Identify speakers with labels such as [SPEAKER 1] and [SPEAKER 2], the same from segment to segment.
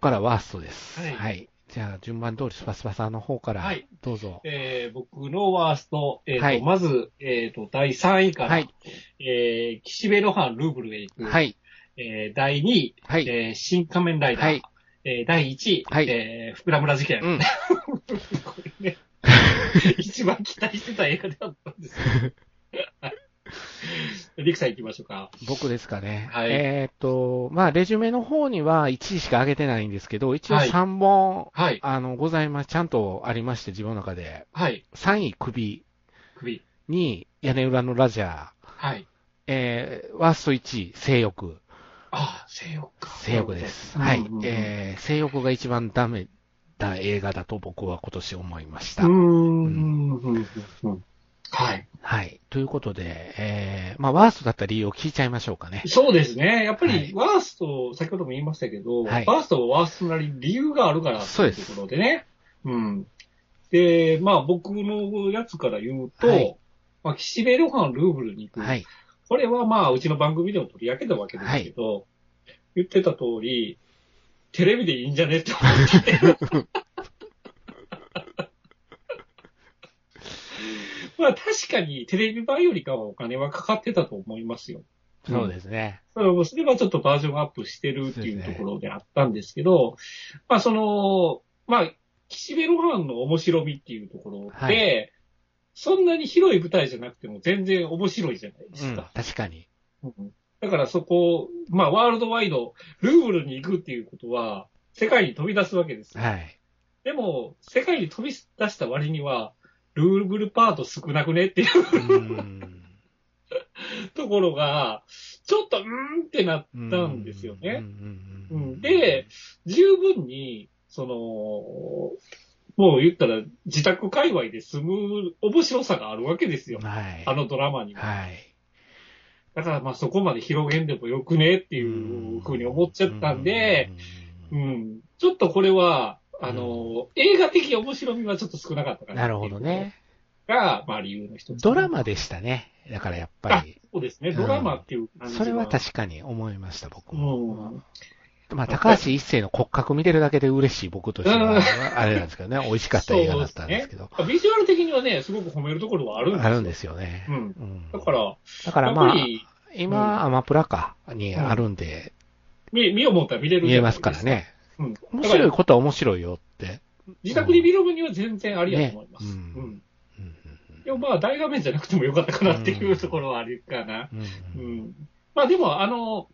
[SPEAKER 1] からワーストです。
[SPEAKER 2] は
[SPEAKER 1] はいい。じゃあ、順番通りスパスパさんの方から
[SPEAKER 2] はい、
[SPEAKER 1] どうぞ。
[SPEAKER 2] えー僕のワースト、えーと
[SPEAKER 1] はい
[SPEAKER 2] まず、えーと、第3位から、
[SPEAKER 1] はい。
[SPEAKER 2] えー岸辺露伴ルーブルへ行く、
[SPEAKER 1] はい。
[SPEAKER 2] えー第2位、
[SPEAKER 1] はい。
[SPEAKER 2] えー新仮面ライダー、
[SPEAKER 1] はい
[SPEAKER 2] えー第1位、
[SPEAKER 1] はい
[SPEAKER 2] えー福田村事件、
[SPEAKER 1] うん。
[SPEAKER 2] これ ね、一番期待してた映画だったんですよ。リクさん行きましょうか。
[SPEAKER 1] 僕ですかね。
[SPEAKER 2] はい
[SPEAKER 1] えーっと、まあ、レジュメの方には1位しか上げてないんですけど、一応
[SPEAKER 2] はい
[SPEAKER 1] 3本、
[SPEAKER 2] はい。
[SPEAKER 1] あの、ございます。ちゃんとありまして、自分の中で。
[SPEAKER 2] はい。
[SPEAKER 1] 3位、首。
[SPEAKER 2] 首。
[SPEAKER 1] 2位、屋根裏のラジャー。
[SPEAKER 2] はい。
[SPEAKER 1] えー、ワースト1位、性欲。
[SPEAKER 2] ああ、性欲か。
[SPEAKER 1] 性欲です。
[SPEAKER 2] な
[SPEAKER 1] は
[SPEAKER 2] る
[SPEAKER 1] い
[SPEAKER 2] ほど。
[SPEAKER 1] えー、性欲が一番ダメな映画だと僕は今年思いまし
[SPEAKER 2] う
[SPEAKER 1] た。
[SPEAKER 2] ーん。うんうんはい。
[SPEAKER 1] はい。ということで、えー、まあ、ワーストだった理由を聞いちゃいましょうかね。
[SPEAKER 2] そうですね。やっぱ
[SPEAKER 1] は
[SPEAKER 2] り
[SPEAKER 1] い、
[SPEAKER 2] ワースト、先ほども言いましたけど、
[SPEAKER 1] はい
[SPEAKER 2] ワーストはワーストなりに理由があるから
[SPEAKER 1] そうです
[SPEAKER 2] というところでね。うん。で、まあ僕のやつから言うと、
[SPEAKER 1] はい
[SPEAKER 2] まあ、岸辺露伴ルーブルに行く。
[SPEAKER 1] はい。
[SPEAKER 2] これはまあ、うちの番組でも取り上げたわけですけど、言ってた通り、テレビでいいんじゃねって思って。 まあ確かにテレビ版よりかはお金はかかってたと思いますよ。
[SPEAKER 1] そうですね。
[SPEAKER 2] それはそれはちょっとバージョンアップしてるっていうところであったんですけど、まあその、まあ、岸辺露伴の面白みっていうところで、
[SPEAKER 1] は
[SPEAKER 2] そんなに広い舞台じゃなくても全然面白いじゃないで
[SPEAKER 1] う
[SPEAKER 2] す
[SPEAKER 1] ん
[SPEAKER 2] か。。
[SPEAKER 1] 確かに。
[SPEAKER 2] うんだからそこ、まあ、ワールドワイド、ルーブルに行くっていうことは、世界に飛び出すわけですよ。
[SPEAKER 1] はい。
[SPEAKER 2] でも、世界に飛び出した割には、ルーブルパート少なくねっていう
[SPEAKER 1] うーん。
[SPEAKER 2] ところが、ちょっと、うーんってなったんですよ
[SPEAKER 1] う
[SPEAKER 2] ね。
[SPEAKER 1] ん。う
[SPEAKER 2] うん
[SPEAKER 1] うん
[SPEAKER 2] んで、十分に、その、もう言ったら自宅界隈で住む面白さがあるわけですよ。
[SPEAKER 1] はい。
[SPEAKER 2] あのドラマには。
[SPEAKER 1] はい。
[SPEAKER 2] だからまあそこまで広げんでもよくねっていうふうに思っちゃったんで、
[SPEAKER 1] う、
[SPEAKER 2] うんん。ちょっとこれは、あの、映画的面白みはちょっと少なかったかな。
[SPEAKER 1] なるほどね。。
[SPEAKER 2] が、まあ理由の一つ。
[SPEAKER 1] ドラマでしたね。だからやっぱり、
[SPEAKER 2] そうですね、ドラマっていう感じ
[SPEAKER 1] そ
[SPEAKER 2] は、
[SPEAKER 1] れは確かに思いました、僕
[SPEAKER 2] う
[SPEAKER 1] も
[SPEAKER 2] ん。
[SPEAKER 1] まあ、高橋一生の骨格見てるだけで嬉しい僕として
[SPEAKER 2] うん
[SPEAKER 1] は、あれなんですけどね、美味しかった映画だったんですけど、
[SPEAKER 2] かビジュアル的にはね、すごく褒めるところはあるんですよ
[SPEAKER 1] あるんですよね。
[SPEAKER 2] うん。
[SPEAKER 1] うん
[SPEAKER 2] だから、
[SPEAKER 1] だから
[SPEAKER 2] やっ
[SPEAKER 1] ま
[SPEAKER 2] ぱ
[SPEAKER 1] あ、
[SPEAKER 2] り、
[SPEAKER 1] 今、アマプラかにあるんで、
[SPEAKER 2] 見、見よう思ったら見れる
[SPEAKER 1] 見
[SPEAKER 2] じ
[SPEAKER 1] え
[SPEAKER 2] ゃ
[SPEAKER 1] ま
[SPEAKER 2] ないです
[SPEAKER 1] から。ね。
[SPEAKER 2] うん。だ
[SPEAKER 1] 面
[SPEAKER 2] か
[SPEAKER 1] 白い
[SPEAKER 2] ら、
[SPEAKER 1] ことは面白いよって。
[SPEAKER 2] 自宅で見る分には全然ありやと思います。
[SPEAKER 1] ね
[SPEAKER 2] う
[SPEAKER 1] うん
[SPEAKER 2] ん。
[SPEAKER 1] うん
[SPEAKER 2] でもまあ、大画面じゃなくてもよかったかなっていうところはあるかな。
[SPEAKER 1] うんうん
[SPEAKER 2] う
[SPEAKER 1] うん
[SPEAKER 2] んまあでも、あの、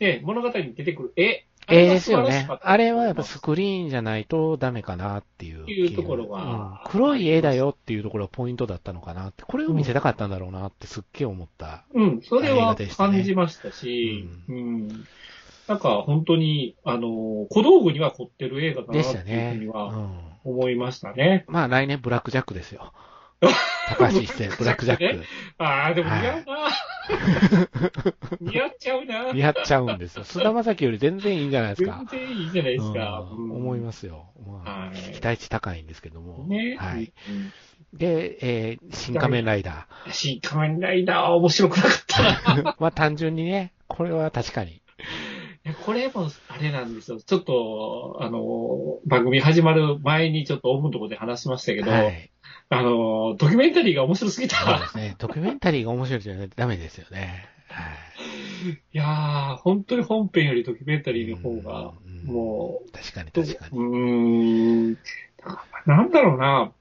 [SPEAKER 2] ね、物語に出てくる絵。
[SPEAKER 1] ええですよね。あれはやっぱ
[SPEAKER 2] そ
[SPEAKER 1] スクリーンじゃないとダメかなっていう。
[SPEAKER 2] いうところが
[SPEAKER 1] うん黒い絵だよっていうところがポイントだったのかなって、これを見せたかったんだろうなってすっげえ思った。
[SPEAKER 2] うん、それは
[SPEAKER 1] 映画でしたね
[SPEAKER 2] 感じましたし、
[SPEAKER 1] う
[SPEAKER 2] うん。なんか本当に、あの、小道具には凝ってる映画だな
[SPEAKER 1] で
[SPEAKER 2] っ
[SPEAKER 1] した
[SPEAKER 2] ていうふう
[SPEAKER 1] ね。
[SPEAKER 2] に
[SPEAKER 1] う
[SPEAKER 2] は
[SPEAKER 1] ん
[SPEAKER 2] 思いましたね。
[SPEAKER 1] まあ来年ブラックジャックです よ。高橋一生、ブラックジャッ
[SPEAKER 2] ああ、でも似合うな、 似合っちゃうな
[SPEAKER 1] ク。似合っちゃうんですよ。菅田将暉より全然いいんじゃないですか
[SPEAKER 2] 全。然いいじゃないですか。
[SPEAKER 1] うん思い
[SPEAKER 2] す。
[SPEAKER 1] ますよ。まあ
[SPEAKER 2] はい
[SPEAKER 1] 期待値高いんですけども。
[SPEAKER 2] ね。
[SPEAKER 1] はい。
[SPEAKER 2] うん
[SPEAKER 1] で、えー新仮面ライダー。
[SPEAKER 2] 新仮面ライダーは面白くなかった な。
[SPEAKER 1] まあ単純にね、これは確かに。
[SPEAKER 2] いやこれも、あれなんですよ。ちょっと、あの、番組始まる前にちょっとオフのところで話しましたけど、
[SPEAKER 1] はい。
[SPEAKER 2] あの、ドキュメンタリーが面白すぎ
[SPEAKER 1] そう
[SPEAKER 2] た
[SPEAKER 1] で。すね。ドキュメンタリーが面白いじゃないとダメですよね。はい
[SPEAKER 2] いやー、本当に本編よりドキュメンタリーの方が、
[SPEAKER 1] うん
[SPEAKER 2] も
[SPEAKER 1] うん。確かに
[SPEAKER 2] う、う
[SPEAKER 1] 確かに。
[SPEAKER 2] ーん、なんだろうな、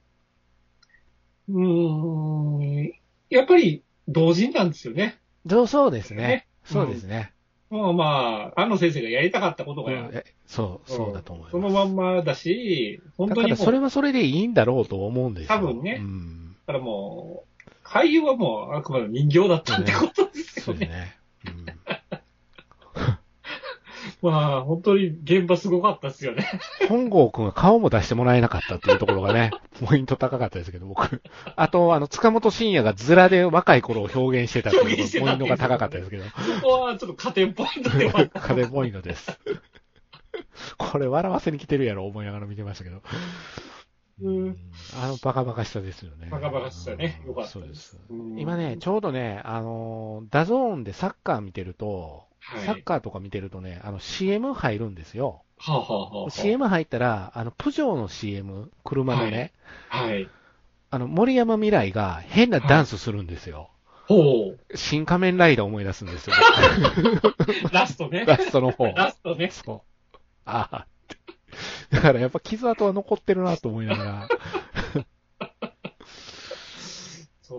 [SPEAKER 2] うーん、やっぱり同人なんですよね。
[SPEAKER 1] そうそうですね
[SPEAKER 2] ね。
[SPEAKER 1] そうですね。
[SPEAKER 2] もうまあ、あの先生がやりたかったことが、
[SPEAKER 1] うんえそう、そうだと思います。
[SPEAKER 2] そのまんまだし、本
[SPEAKER 1] だ
[SPEAKER 2] 当
[SPEAKER 1] か
[SPEAKER 2] にも
[SPEAKER 1] ら
[SPEAKER 2] う、
[SPEAKER 1] それはそれでいいんだろうと思うんですよ。
[SPEAKER 2] 多分ね
[SPEAKER 1] うん。
[SPEAKER 2] だからもう、俳優はもうあくまで人形だったってことです
[SPEAKER 1] そ
[SPEAKER 2] よ
[SPEAKER 1] うです
[SPEAKER 2] ね。
[SPEAKER 1] ね。うん、
[SPEAKER 2] まあ、本当に現場すごかったですよね。
[SPEAKER 1] 本郷くんは顔も出してもらえなかったっていうところがね、 ポイント高かったですけど、僕。あと、あの、塚本慎也がズラで若い頃を表現してたっていうところポイントが高かったですけど。
[SPEAKER 2] そこはちょっと加点ポイント ではあった
[SPEAKER 1] 風ボイのです。これ笑わせに来てるやろ思いながら見てましたけど。
[SPEAKER 2] うん
[SPEAKER 1] あのバカバカしさですよね。
[SPEAKER 2] バカバカしさね
[SPEAKER 1] うん
[SPEAKER 2] よかった
[SPEAKER 1] そうです。
[SPEAKER 2] うん
[SPEAKER 1] 今ね、ちょうどね、あのー、ダゾーンでサッカー見てると、
[SPEAKER 2] はい
[SPEAKER 1] サッカーとか見てるとね、あの CM 入るんですよ。
[SPEAKER 2] はあ、はあはあはあ、
[SPEAKER 1] CM 入ったら、あの、プジョーの CM、車のね、
[SPEAKER 2] ははい。
[SPEAKER 1] あの、森山未来が変なダンスするんですよ。
[SPEAKER 2] ほう。
[SPEAKER 1] 新仮面ライダー思い出すんです よ。
[SPEAKER 2] ラス トね。
[SPEAKER 1] ラストの方。
[SPEAKER 2] ラストね。
[SPEAKER 1] そう。ああって。だからやっぱ傷跡は残ってるなと思いながら。
[SPEAKER 2] そ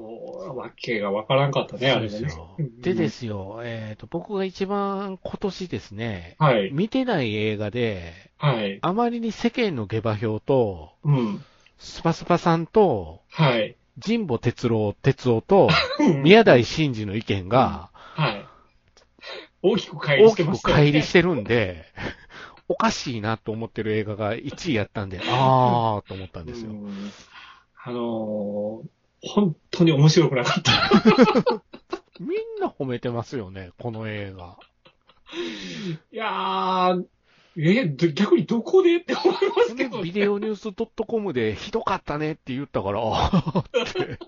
[SPEAKER 2] う、わけがわからんかったね、あれ
[SPEAKER 1] そう
[SPEAKER 2] もね
[SPEAKER 1] ですよ。
[SPEAKER 2] うん
[SPEAKER 1] でですよ、えっ、と、僕が一番今年ですね、
[SPEAKER 2] はい。
[SPEAKER 1] 見てない映画で、
[SPEAKER 2] はい。
[SPEAKER 1] あまりに世間の下馬評と、
[SPEAKER 2] うん。
[SPEAKER 1] スパスパさんと、
[SPEAKER 2] はい。
[SPEAKER 1] 神保哲郎、哲夫と、
[SPEAKER 2] うん
[SPEAKER 1] 宮台真司の意見が
[SPEAKER 2] はい。大きく乖離
[SPEAKER 1] 大
[SPEAKER 2] して
[SPEAKER 1] きく
[SPEAKER 2] ましたよね。
[SPEAKER 1] 乖離してるんで、 おかしいなと思ってる映画が1位やったんで、あーと思ったんです
[SPEAKER 2] う
[SPEAKER 1] よ。
[SPEAKER 2] んあのー本当に面白くな かった。
[SPEAKER 1] みんな褒めてますよね、この映画。
[SPEAKER 2] いやー、え、ど逆にどこでって思いますけど
[SPEAKER 1] ビ
[SPEAKER 2] ね。
[SPEAKER 1] デオニュース .com でひどかったねって言ったから、あーって。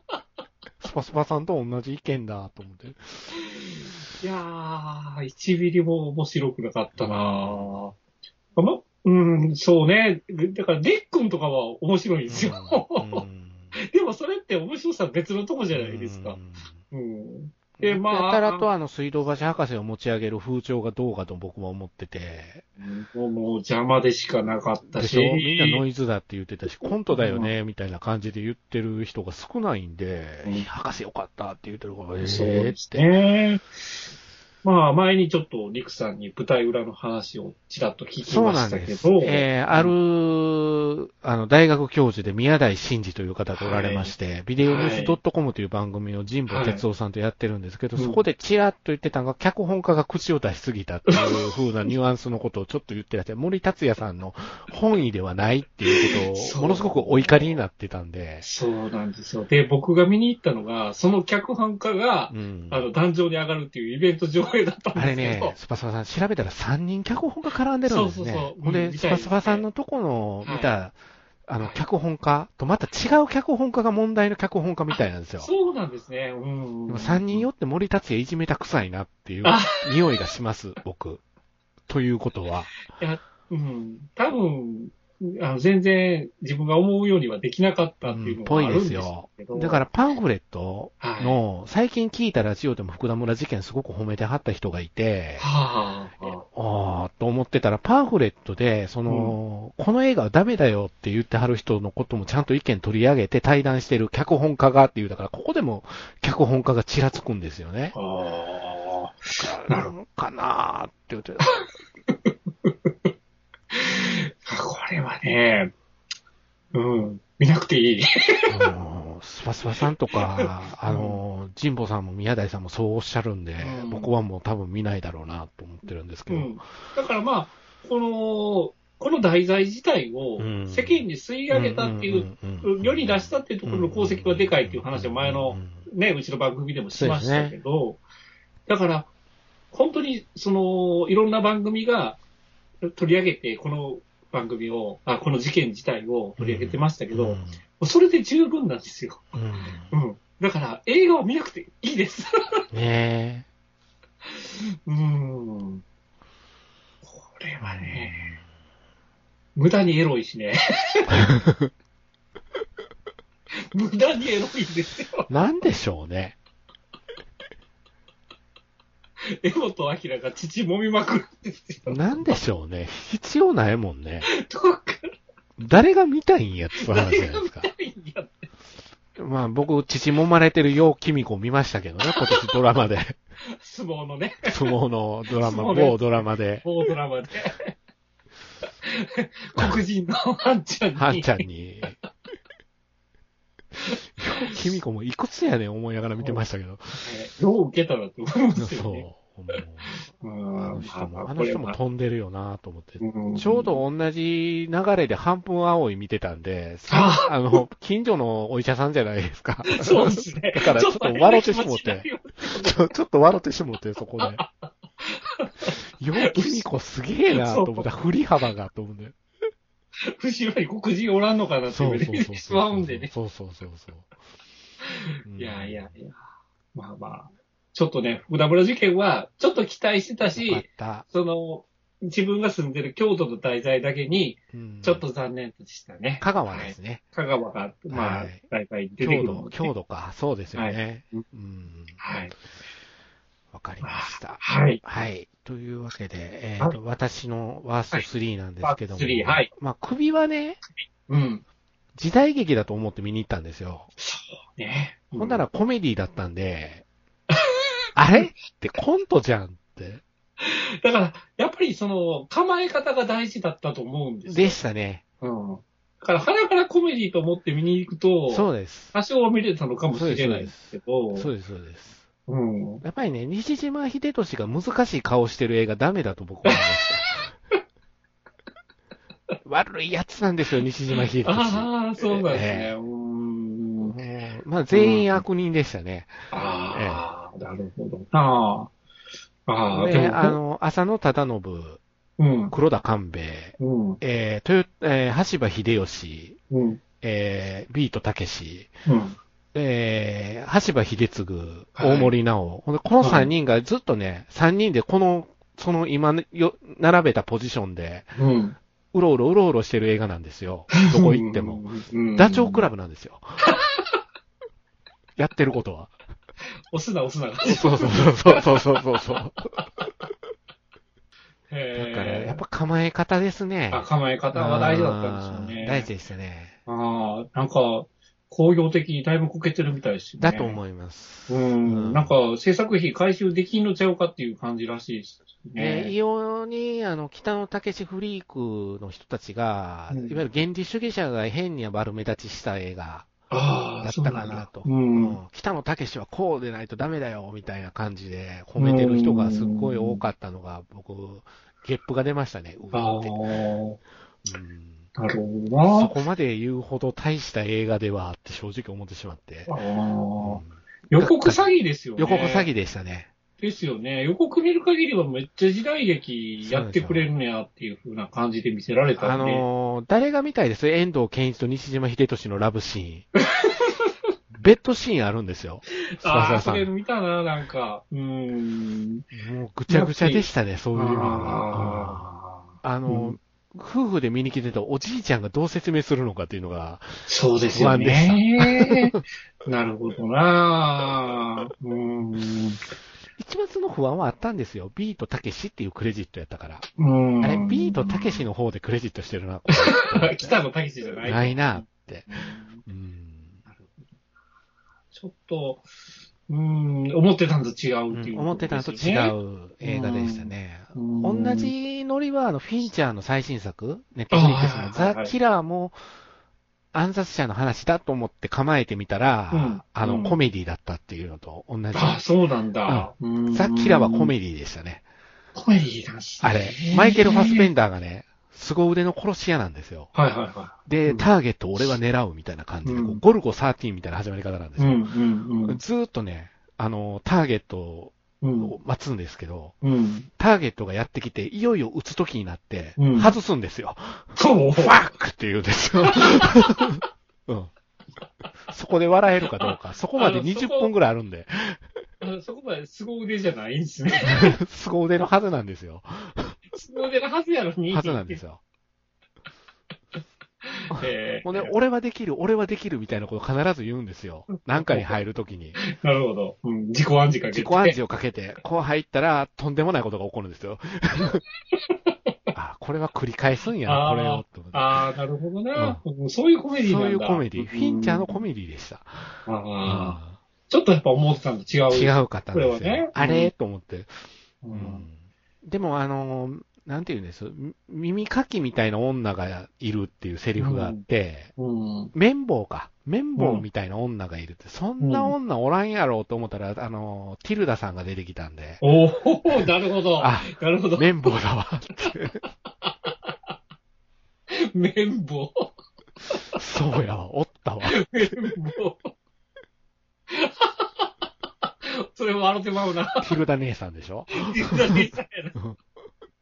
[SPEAKER 1] スパスパさんと同じ意見だと思って。
[SPEAKER 2] いやー、1ミリも面白くなかったなぁ。ま、うん、そうね。だから、デックンとかは面白いんですよ。
[SPEAKER 1] うん
[SPEAKER 2] でもそれって面白さ別のとこじゃないですか。。うん。で、まあ
[SPEAKER 1] やたらとあの、水道橋博士を持ち上げる風潮がどうかと僕は思ってて、
[SPEAKER 2] もうもう邪魔でしかなかった
[SPEAKER 1] で
[SPEAKER 2] し。
[SPEAKER 1] しょみんなノイズだって言ってたし、コントだよね、みたいな感じで言ってる人が少ないんで、
[SPEAKER 2] うん
[SPEAKER 1] いや博士よかったって言ってるから、え
[SPEAKER 2] そう
[SPEAKER 1] ー
[SPEAKER 2] で
[SPEAKER 1] っ
[SPEAKER 2] す
[SPEAKER 1] て。
[SPEAKER 2] ね。まあ、前にちょっと、リクさんに舞台裏の話をちらっと聞き
[SPEAKER 1] そう
[SPEAKER 2] ま
[SPEAKER 1] なん
[SPEAKER 2] した
[SPEAKER 1] で
[SPEAKER 2] け
[SPEAKER 1] す。
[SPEAKER 2] ど。
[SPEAKER 1] えー、ある、あの、大学教授で宮台真司という方がおられまして、ビデオニュース .com という番組を神保哲夫さんとやってるんですけど、
[SPEAKER 2] はい
[SPEAKER 1] そこでチラッと言ってたのが、脚本家が口を出しすぎたっていう風なニュアンスのことをちょっと言ってらって、森達也さんの本意ではないっていうこと
[SPEAKER 2] そ
[SPEAKER 1] を、
[SPEAKER 2] う
[SPEAKER 1] ものすごくお怒りになってたんで、
[SPEAKER 2] そうなんですよ。で、僕が見に行ったのが、その脚本家が
[SPEAKER 1] う、ん。
[SPEAKER 2] あの、壇上に上がるっていうイベント上映だったんで
[SPEAKER 1] あ
[SPEAKER 2] すけ
[SPEAKER 1] れ
[SPEAKER 2] ど。
[SPEAKER 1] ね、スパスパさん、調べたら3人脚本が絡んでるんですね。
[SPEAKER 2] そうそうそう
[SPEAKER 1] ほん
[SPEAKER 2] う
[SPEAKER 1] で、
[SPEAKER 2] ん
[SPEAKER 1] スパスパさんのとこの
[SPEAKER 2] はい
[SPEAKER 1] 見た、あの、脚本家とまた違う脚本家が問題の脚本家みたいなんですよ。
[SPEAKER 2] そうなんですね。うん。
[SPEAKER 1] でも3人よって森達也いじめた臭いなっていう匂いがします、僕。ということは。
[SPEAKER 2] うん。多分、あの全然自分が思うようにはできなかったっていうのがあるんですけど。
[SPEAKER 1] だから、パンフレット
[SPEAKER 2] はい、は
[SPEAKER 1] の、最近聞いたラジオでも福田村事件すごく褒めてはった人がいて、
[SPEAKER 2] あ、は
[SPEAKER 1] あーと思ってたら、パンフレットで、その、この映画はダメだよって言ってはる人のこともちゃんと意見取り上げて対談してる脚本家がっていう、だからここでも脚本家がちらつくんですよね
[SPEAKER 2] あ。。ああ。
[SPEAKER 1] なるかなーって言って、
[SPEAKER 2] これはね、うん、見なくていい。
[SPEAKER 1] あのスパスパさんとか、あの、神保さんも宮台さんもそうおっしゃるんで、
[SPEAKER 2] うん
[SPEAKER 1] 僕はもう多分見ないだろうなと思ってるんですけ
[SPEAKER 2] う
[SPEAKER 1] ど。
[SPEAKER 2] ん。だからまあ、この、この題材自体を
[SPEAKER 1] うん
[SPEAKER 2] 世間に吸い上げたっていう、
[SPEAKER 1] うん
[SPEAKER 2] 世に出したっていうところの功績はでかいっていう話を前の、ね、うちの番組でもしましたけど、だから、本当に、その、いろんな番組が取り上げて、この番組を、あ、この事件自体を取り上げてましたけど、
[SPEAKER 1] うん
[SPEAKER 2] もうそれで十分なんですよ。
[SPEAKER 1] うんうん
[SPEAKER 2] うん。だから、映画を見なくていいです。
[SPEAKER 1] ね
[SPEAKER 2] うーん。これは
[SPEAKER 1] え
[SPEAKER 2] ね、無駄にエロい しね。無駄にエロいんですよ。
[SPEAKER 1] なんでしょうね。
[SPEAKER 2] エモとアキラが父揉みまくるんですよ。
[SPEAKER 1] なんでしょうね。必要ないもんね。
[SPEAKER 2] どうか
[SPEAKER 1] 誰が見たいんやって話じ
[SPEAKER 2] 誰
[SPEAKER 1] ゃないで
[SPEAKER 2] が見
[SPEAKER 1] すか
[SPEAKER 2] た。いんや。
[SPEAKER 1] まあ僕、父もまれてるようきみこ見ましたけどね、今年ドラマで。
[SPEAKER 2] 相撲のね、
[SPEAKER 1] 相撲のドラマ、
[SPEAKER 2] 相撲ね
[SPEAKER 1] 某ドラマ で、
[SPEAKER 2] 大ドラマで。 黒人のハンちゃんに。
[SPEAKER 1] ハンちゃん に。きみこもいくつやねん思いながら見てましたけど。
[SPEAKER 2] ねよう受けたなと思います
[SPEAKER 1] そう。
[SPEAKER 2] よね。
[SPEAKER 1] も
[SPEAKER 2] う
[SPEAKER 1] うあ
[SPEAKER 2] ん
[SPEAKER 1] の人
[SPEAKER 2] まあ
[SPEAKER 1] も、
[SPEAKER 2] ま
[SPEAKER 1] あ
[SPEAKER 2] あ
[SPEAKER 1] の
[SPEAKER 2] これ
[SPEAKER 1] 人も
[SPEAKER 2] は
[SPEAKER 1] 飛んでるよなと思って。
[SPEAKER 2] うん
[SPEAKER 1] ちょうど同じ流れで半分青い見てたんで、
[SPEAKER 2] あ
[SPEAKER 1] あの、近所のお医者さんじゃないですか。
[SPEAKER 2] そうですね。
[SPEAKER 1] だからちょっと笑ってしもうて
[SPEAKER 2] 変な気持ちになるよ
[SPEAKER 1] ちょ、ちょっと笑ってしもって、そ こで。よう、きみこすげえなと思った。振り幅がと思うんだよ。
[SPEAKER 2] 後ろに黒人おらんのかなって
[SPEAKER 1] そ
[SPEAKER 2] いうう
[SPEAKER 1] そう
[SPEAKER 2] 目
[SPEAKER 1] そう。
[SPEAKER 2] でしまうんでね。
[SPEAKER 1] そうそうそうそう。
[SPEAKER 2] いやいやいや。まあまあ。ちょっとね、福田村事件は、ちょっと期待してた
[SPEAKER 1] うん。よかっ
[SPEAKER 2] し、
[SPEAKER 1] た。
[SPEAKER 2] その、自分が住んでる京都の滞在だけに、
[SPEAKER 1] うん
[SPEAKER 2] ちょっと残念でしたね。
[SPEAKER 1] 香川ですね。
[SPEAKER 2] 香川が、まあ
[SPEAKER 1] はい、
[SPEAKER 2] 大体出
[SPEAKER 1] 強
[SPEAKER 2] てくる
[SPEAKER 1] 度
[SPEAKER 2] の、で。
[SPEAKER 1] 強度か。そうですよね。
[SPEAKER 2] はい
[SPEAKER 1] うん。
[SPEAKER 2] はい。
[SPEAKER 1] わかりました。
[SPEAKER 2] はい。
[SPEAKER 1] はい。というわけで、えっ、と、私のワースト3なんですけども。
[SPEAKER 2] ワースト3はい。
[SPEAKER 1] まあ、首はね、
[SPEAKER 2] うん。
[SPEAKER 1] 時代劇だと思って見に行ったんですよ。
[SPEAKER 2] そうね。
[SPEAKER 1] ほんな
[SPEAKER 2] ら、
[SPEAKER 1] らコメディだったん で、あれってコントじゃんって。
[SPEAKER 2] だから、やっぱりその、構え方が大事だったと思うんですよ。
[SPEAKER 1] でしたね。
[SPEAKER 2] うん。だから、鼻からコメディと思って見に行くと、
[SPEAKER 1] そうです。
[SPEAKER 2] 多少見れたのかもしれないですけど、
[SPEAKER 1] そうです、そうです。
[SPEAKER 2] うん。
[SPEAKER 1] やっぱりね、西島秀俊が難しい顔してる映画ダメだと僕は思い ました。悪いやつなんですよ、西島秀俊。
[SPEAKER 2] ああ、そうなんです
[SPEAKER 1] え
[SPEAKER 2] ね。うーん。
[SPEAKER 1] もうまあ、全員悪人でしたね。
[SPEAKER 2] ああ、なるほど。ああ。ああ、
[SPEAKER 1] で、
[SPEAKER 2] でも、
[SPEAKER 1] あの、浅野忠信、
[SPEAKER 2] うん。
[SPEAKER 1] 黒田官兵衛、
[SPEAKER 2] うん。
[SPEAKER 1] えー、豊、えー、橋場秀吉、
[SPEAKER 2] うん。
[SPEAKER 1] えー、ビートたけし、
[SPEAKER 2] うん。
[SPEAKER 1] えー、橋場秀次、
[SPEAKER 2] はい
[SPEAKER 1] 大森直、ほんでこの3人がずっとね、3人でこの、その今ねよ、並べたポジションで、
[SPEAKER 2] うん。
[SPEAKER 1] うろうろうろうろしてる映画なんですよ。どこ行っても。
[SPEAKER 2] うん。うん
[SPEAKER 1] ダチョウ倶楽部なんです よ。やってることは。
[SPEAKER 2] 押すな、押すな。
[SPEAKER 1] そうそうそうそうそうそう そう。だ
[SPEAKER 2] へ
[SPEAKER 1] か
[SPEAKER 2] え
[SPEAKER 1] ら、やっぱ構え方ですね。
[SPEAKER 2] あ構え方は大事だったんでしょう
[SPEAKER 1] あ
[SPEAKER 2] ね。
[SPEAKER 1] ー大事でしたね。
[SPEAKER 2] ああ、なんか、工業的にだいぶこけてるみたいですよね。
[SPEAKER 1] だと思います。
[SPEAKER 2] う。ん。なんか、制作費回収できんのちゃうかっていう感じらしいです
[SPEAKER 1] えー、
[SPEAKER 2] ね。
[SPEAKER 1] 異様に、あの、北野武フリークの人たちが、
[SPEAKER 2] うん
[SPEAKER 1] いわゆる原理主義者が変に悪目立ちした映画
[SPEAKER 2] あ
[SPEAKER 1] だ
[SPEAKER 2] あ、
[SPEAKER 1] っ
[SPEAKER 2] そう
[SPEAKER 1] た
[SPEAKER 2] な
[SPEAKER 1] か
[SPEAKER 2] ん
[SPEAKER 1] な
[SPEAKER 2] だ
[SPEAKER 1] と。
[SPEAKER 2] う。
[SPEAKER 1] うんん北野武はこうでないとダメだよ、みたいな感じで褒めてる人がすっごい多かったのが、僕、ゲップが出ましたね、う
[SPEAKER 2] あ
[SPEAKER 1] わ
[SPEAKER 2] あ
[SPEAKER 1] って。、うん
[SPEAKER 2] なるほど
[SPEAKER 1] そ
[SPEAKER 2] な。
[SPEAKER 1] こまで言うほど大した映画ではって正直思ってしまって。
[SPEAKER 2] ああ
[SPEAKER 1] うん
[SPEAKER 2] 予告詐欺ですよね。
[SPEAKER 1] 予告詐欺でしたね。
[SPEAKER 2] ですよね。予告見る限りはめっちゃ時代劇やってくれるんやっていう風な感じで見せられた
[SPEAKER 1] あ
[SPEAKER 2] んで。
[SPEAKER 1] のー誰が見たいです遠藤健一と西島秀俊のラブシーン。 ベッドシーンあるんですよ。
[SPEAKER 2] あ
[SPEAKER 1] 沢さ
[SPEAKER 2] あ、そ
[SPEAKER 1] ん
[SPEAKER 2] れ見たな、なんか。うーん。
[SPEAKER 1] もうぐちゃぐちゃでしたね、そういう意味では。うん
[SPEAKER 2] ああ。
[SPEAKER 1] あのー
[SPEAKER 2] う
[SPEAKER 1] 夫婦で見に来てたおじいちゃんがどう説明するのかっていうのが、
[SPEAKER 2] そうですよね。なるほどなぁ。うーん。
[SPEAKER 1] 一番その不安はあったんですよ。ビートたけしっていうクレジットやったから。
[SPEAKER 2] うーん。
[SPEAKER 1] あれ、ビートたけしの方でクレジットしてるな。
[SPEAKER 2] 北野武史じゃない。
[SPEAKER 1] ないなって。
[SPEAKER 2] うん
[SPEAKER 1] うん
[SPEAKER 2] ちょっと、うーん、思ってたんと違うっていう、
[SPEAKER 1] 思ってたのと違。う映画でしたね。同
[SPEAKER 2] 同。
[SPEAKER 1] じノリは、あの、フィンチャーの最新作、ネットフリックス
[SPEAKER 2] あ
[SPEAKER 1] の
[SPEAKER 2] はいはいはい
[SPEAKER 1] ザ・キラーも、暗殺者の話だと思って構えてみたら、
[SPEAKER 2] うん
[SPEAKER 1] あの、
[SPEAKER 2] うん
[SPEAKER 1] コメディだったっていうのと同じ。
[SPEAKER 2] あ、そうなんだ。うーん
[SPEAKER 1] ザ・キラーはコメディでしたね。
[SPEAKER 2] コメディなんすね
[SPEAKER 1] あれ、マイケル・ファスペンダーがね、凄腕の殺し屋なんですよ。
[SPEAKER 2] はいはいは
[SPEAKER 1] で、
[SPEAKER 2] うん
[SPEAKER 1] ターゲットを俺は狙うみたいな感じで、こ
[SPEAKER 2] う
[SPEAKER 1] うんゴルゴ13みたいな始まり方なんで
[SPEAKER 2] い。う
[SPEAKER 1] す
[SPEAKER 2] ん
[SPEAKER 1] よ。
[SPEAKER 2] うん
[SPEAKER 1] ずーっとね、あの、ターゲット
[SPEAKER 2] うん。
[SPEAKER 1] を待つんですけど、
[SPEAKER 2] うん。うん。
[SPEAKER 1] ターゲットがやってきて、いよいよ撃つ時になって
[SPEAKER 2] う、ん
[SPEAKER 1] 外すんですよ。
[SPEAKER 2] そう
[SPEAKER 1] ファックって言うんですよ。 うん。そこで笑えるかどうか。そこまで
[SPEAKER 2] あのそ
[SPEAKER 1] 20
[SPEAKER 2] こ
[SPEAKER 1] 分ぐらいあるん で、
[SPEAKER 2] あそこまで凄腕じゃないんですね。
[SPEAKER 1] 凄腕のはずなんですよ。
[SPEAKER 2] 凄腕のはずやのに。
[SPEAKER 1] はずなんですよ。
[SPEAKER 2] えー
[SPEAKER 1] ほんで、俺はできる、俺はできるみたいなこと必ず言うんですよ。なんかに入るときに。
[SPEAKER 2] なるほど。うん、自己暗示かけて。
[SPEAKER 1] 自己暗示をかけて、こう入ったら、とんでもないことが起こるんです よ。あ、これは繰り返すんやな、
[SPEAKER 2] あ
[SPEAKER 1] こ
[SPEAKER 2] ー
[SPEAKER 1] れを。と思って
[SPEAKER 2] ああ、なるほどな、うんそういうコメディなん
[SPEAKER 1] そ
[SPEAKER 2] だ
[SPEAKER 1] ういうコメディ。フィンチャーのコ
[SPEAKER 2] デ
[SPEAKER 1] メディでした。
[SPEAKER 2] ィ。ああ、ちょっとやっぱ思ってたのと違う。
[SPEAKER 1] 違
[SPEAKER 2] う。
[SPEAKER 1] う方なんです
[SPEAKER 2] これはねう
[SPEAKER 1] よ
[SPEAKER 2] ん。
[SPEAKER 1] あれと思って。
[SPEAKER 2] う、
[SPEAKER 1] うんんでも、あのー、なんて言うんですみ耳かきみたいな女がいるっていうセリフがあって、
[SPEAKER 2] うん。
[SPEAKER 1] 綿棒か。綿棒みたいな女がいるって、そんな女おらんやろうと思ったら、あのー、ティルダさんが出てきたんで、
[SPEAKER 2] おお、なるほど。
[SPEAKER 1] あ、
[SPEAKER 2] なるほど。
[SPEAKER 1] 綿棒だわ。
[SPEAKER 2] 綿棒。
[SPEAKER 1] そうやわ、おったわ。
[SPEAKER 2] 綿棒。 それ笑ってま うな。
[SPEAKER 1] ティルダ姉さんでしょ
[SPEAKER 2] 実は実際やな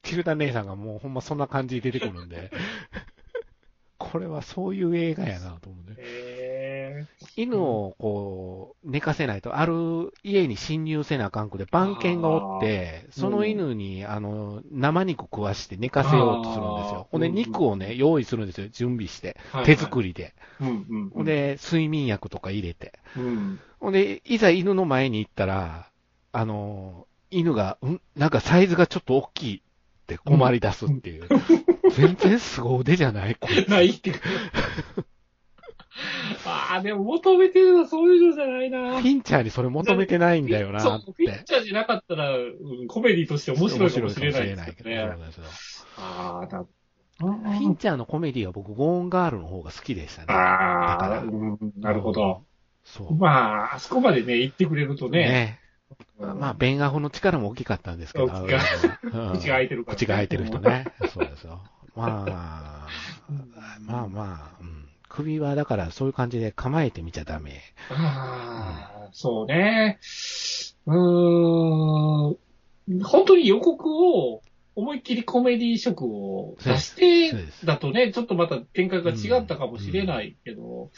[SPEAKER 1] ティルダ姉さんがもうほんまそんな感じで出てくる んで、これはそういう映画やなと思うね。
[SPEAKER 2] へ
[SPEAKER 1] 犬をこう、寝かせないと、ある家に侵入せなあかんくで、番犬がおって、その犬に、あの、生肉食わして寝かせようとするんです
[SPEAKER 2] あー
[SPEAKER 1] よ。ほんで、
[SPEAKER 2] うん
[SPEAKER 1] 肉をね、用意するんですよ。準備して。
[SPEAKER 2] はい
[SPEAKER 1] 手作。りで。
[SPEAKER 2] うんうんう
[SPEAKER 1] ほん
[SPEAKER 2] ん。、
[SPEAKER 1] で、睡眠薬とか入れて。
[SPEAKER 2] うん。
[SPEAKER 1] ほんで、いざ犬の前に行ったら、あの、犬が、うん、なんかサイズがちょっと大きいって困り出すっていう。全然凄腕じゃない、こいつ
[SPEAKER 2] ないって。ああ、でも求めてるのはそういうのじゃないな。
[SPEAKER 1] ピンチャーにそれ求めてないんだよな
[SPEAKER 2] そ
[SPEAKER 1] っ
[SPEAKER 2] う、ピッ
[SPEAKER 1] て。
[SPEAKER 2] チャーじゃなかったら、うんコメディとして面白いかもし
[SPEAKER 1] 面白
[SPEAKER 2] れない
[SPEAKER 1] いかもしれない
[SPEAKER 2] です
[SPEAKER 1] け
[SPEAKER 2] け
[SPEAKER 1] ど
[SPEAKER 2] ど
[SPEAKER 1] そう
[SPEAKER 2] ね。
[SPEAKER 1] なんですよ
[SPEAKER 2] ああ、だ
[SPEAKER 1] フィンチャーのコメディは僕、ゴーンガールの方が好きでしたね。だか
[SPEAKER 2] あ
[SPEAKER 1] ら
[SPEAKER 2] あ、うんなるほど。。
[SPEAKER 1] そう。
[SPEAKER 2] まあ、あそこまでね、行ってくれるとね、
[SPEAKER 1] ね。
[SPEAKER 2] うん
[SPEAKER 1] まあ、ベンアホの力も大きかったんですけど。
[SPEAKER 2] 大きか
[SPEAKER 1] うん
[SPEAKER 2] 口が開いてるからね
[SPEAKER 1] 口が開いてる人ね。そうですよ。まあ、まあまあ、うん。首はだからそういう感じで構えてみちゃダメ。
[SPEAKER 2] ああ、そうね。うーん。本当に予告を、思いっきりコメディ色を出し
[SPEAKER 1] そうで
[SPEAKER 2] て、
[SPEAKER 1] す
[SPEAKER 2] だとね、ちょっとまた展開が違ったかもしれないけど、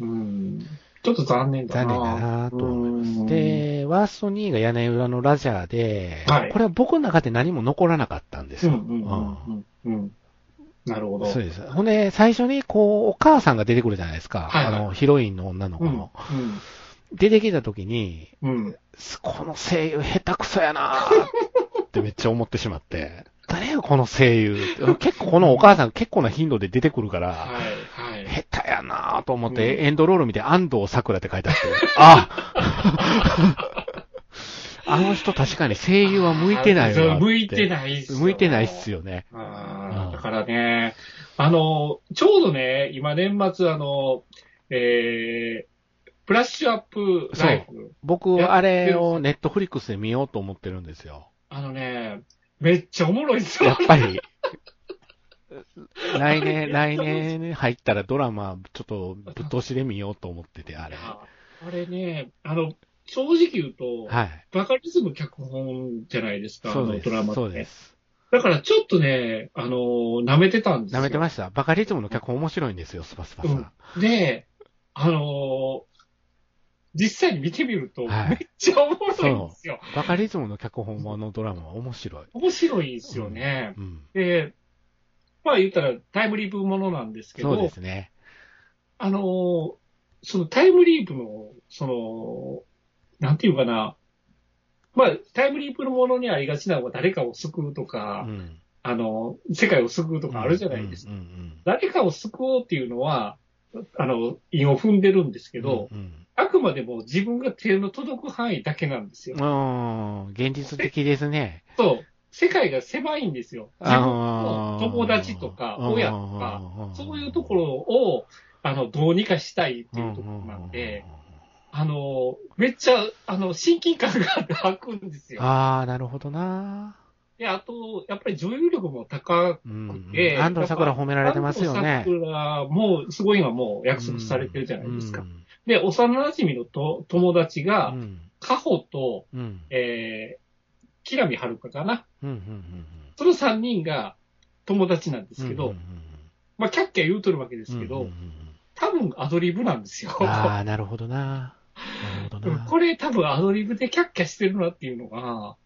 [SPEAKER 2] うん、ちょっと残念だ
[SPEAKER 1] 残念
[SPEAKER 2] な。
[SPEAKER 1] だなと思い
[SPEAKER 2] うん
[SPEAKER 1] ます。で、ワースト2位が屋根裏のラジャーで、
[SPEAKER 2] はい
[SPEAKER 1] これは僕の中で何も残らなかったんです
[SPEAKER 2] う
[SPEAKER 1] よ。
[SPEAKER 2] んうんうんうんうん。なるほど。
[SPEAKER 1] そうです。ほんで、最初に、こう、お母さんが出てくるじゃないですか。
[SPEAKER 2] はいはい
[SPEAKER 1] あの、ヒロインの女の子
[SPEAKER 2] う
[SPEAKER 1] の
[SPEAKER 2] ん。。
[SPEAKER 1] 出てきた時に、
[SPEAKER 2] うん。うん。
[SPEAKER 1] この声優下手くそやなー ってめっちゃ思ってしまって。誰よ、この声優。結構このお母さん結構な頻度で出てくるから、
[SPEAKER 2] はい、はい。
[SPEAKER 1] 下手やなーと思って、
[SPEAKER 2] う
[SPEAKER 1] エンドロール見て安藤桜って書いてあ って。あ あの人確かに声優は向いてないわ
[SPEAKER 2] あ
[SPEAKER 1] って。
[SPEAKER 2] 向いてないっすよ
[SPEAKER 1] 向いてないっすよね。
[SPEAKER 2] あ
[SPEAKER 1] うん
[SPEAKER 2] あ、だからね、あの、ちょうどね、今年末、あの、えー、ブラッシュアップライフ。
[SPEAKER 1] 僕、
[SPEAKER 2] や
[SPEAKER 1] あれをネットフリックスで見ようと思ってるんですよ。
[SPEAKER 2] あのね、めっちゃおもろいっす
[SPEAKER 1] やっ
[SPEAKER 2] よ。
[SPEAKER 1] ぱり、来年、来年入ったらドラマ、ちょっとぶっ通しで見ようと思ってて、あれ。は
[SPEAKER 2] あれね、あの、正直言うと、
[SPEAKER 1] い。
[SPEAKER 2] バカリズム脚本じゃないですか、あ
[SPEAKER 1] そう
[SPEAKER 2] の
[SPEAKER 1] で
[SPEAKER 2] ドラマ
[SPEAKER 1] す。
[SPEAKER 2] って。
[SPEAKER 1] そうです。
[SPEAKER 2] だからちょっとね、あの、舐めてたんですよ。
[SPEAKER 1] 舐めて
[SPEAKER 2] ま
[SPEAKER 1] ました。バカリズムの脚本面白いんですよ、スパスパさん。
[SPEAKER 2] す。で、あの、実際に見てみると、
[SPEAKER 1] はい
[SPEAKER 2] めっちゃおもろいんですよ。
[SPEAKER 1] バカリズムの脚本もあのドラマは面白い。
[SPEAKER 2] 面白いんですよね。
[SPEAKER 1] うん。
[SPEAKER 2] で、まあ言ったらタイムリープものなんですけ
[SPEAKER 1] そうで
[SPEAKER 2] ど、
[SPEAKER 1] すね。
[SPEAKER 2] あのー、そのタイムリープの、その、なんていうかな、まあタイムリープのものにありがちなのは誰かを救うと
[SPEAKER 1] う
[SPEAKER 2] か、
[SPEAKER 1] ん。
[SPEAKER 2] あの、世界を救うとかあるじゃないですか。
[SPEAKER 1] か。うんうん
[SPEAKER 2] 誰かを救おうっていうのは、あの、韻を踏んでるんですけど、
[SPEAKER 1] うん
[SPEAKER 2] あくまでも自分が手の届く範囲だけなんですよ。
[SPEAKER 1] うん。うん現実的ですね。
[SPEAKER 2] そう。世界が狭いんですよ。自分の友達とか親とか、
[SPEAKER 1] か
[SPEAKER 2] そういうところを、あの、どうにかしたいっていうところなんで、あの、めっちゃ、あの、親近感があって吐くんですよ。
[SPEAKER 1] ああ、なるほどな。
[SPEAKER 2] で、あと、やっぱり女優力も高く、
[SPEAKER 1] うん
[SPEAKER 2] ええ
[SPEAKER 1] 安藤桜褒められてますよね。
[SPEAKER 2] 桜もうすごい今もう約束されてるじゃないですか。
[SPEAKER 1] うん
[SPEAKER 2] で、幼馴染のと友達
[SPEAKER 1] う
[SPEAKER 2] が、
[SPEAKER 1] ん
[SPEAKER 2] カホと、
[SPEAKER 1] うん
[SPEAKER 2] えー、キラミハルカかな。
[SPEAKER 1] うんうんうん
[SPEAKER 2] その3人が友達なんで
[SPEAKER 1] うん
[SPEAKER 2] すけ
[SPEAKER 1] う
[SPEAKER 2] ど、
[SPEAKER 1] んうん
[SPEAKER 2] まあ、キャッキャ言うとるわけですけど、
[SPEAKER 1] うんうんうん
[SPEAKER 2] 多分アドリブなんですよ。
[SPEAKER 1] ああ、なるほどな。なるほど
[SPEAKER 2] うん
[SPEAKER 1] な。
[SPEAKER 2] これ多分アドリブでキャッキャしてるなっていうのが、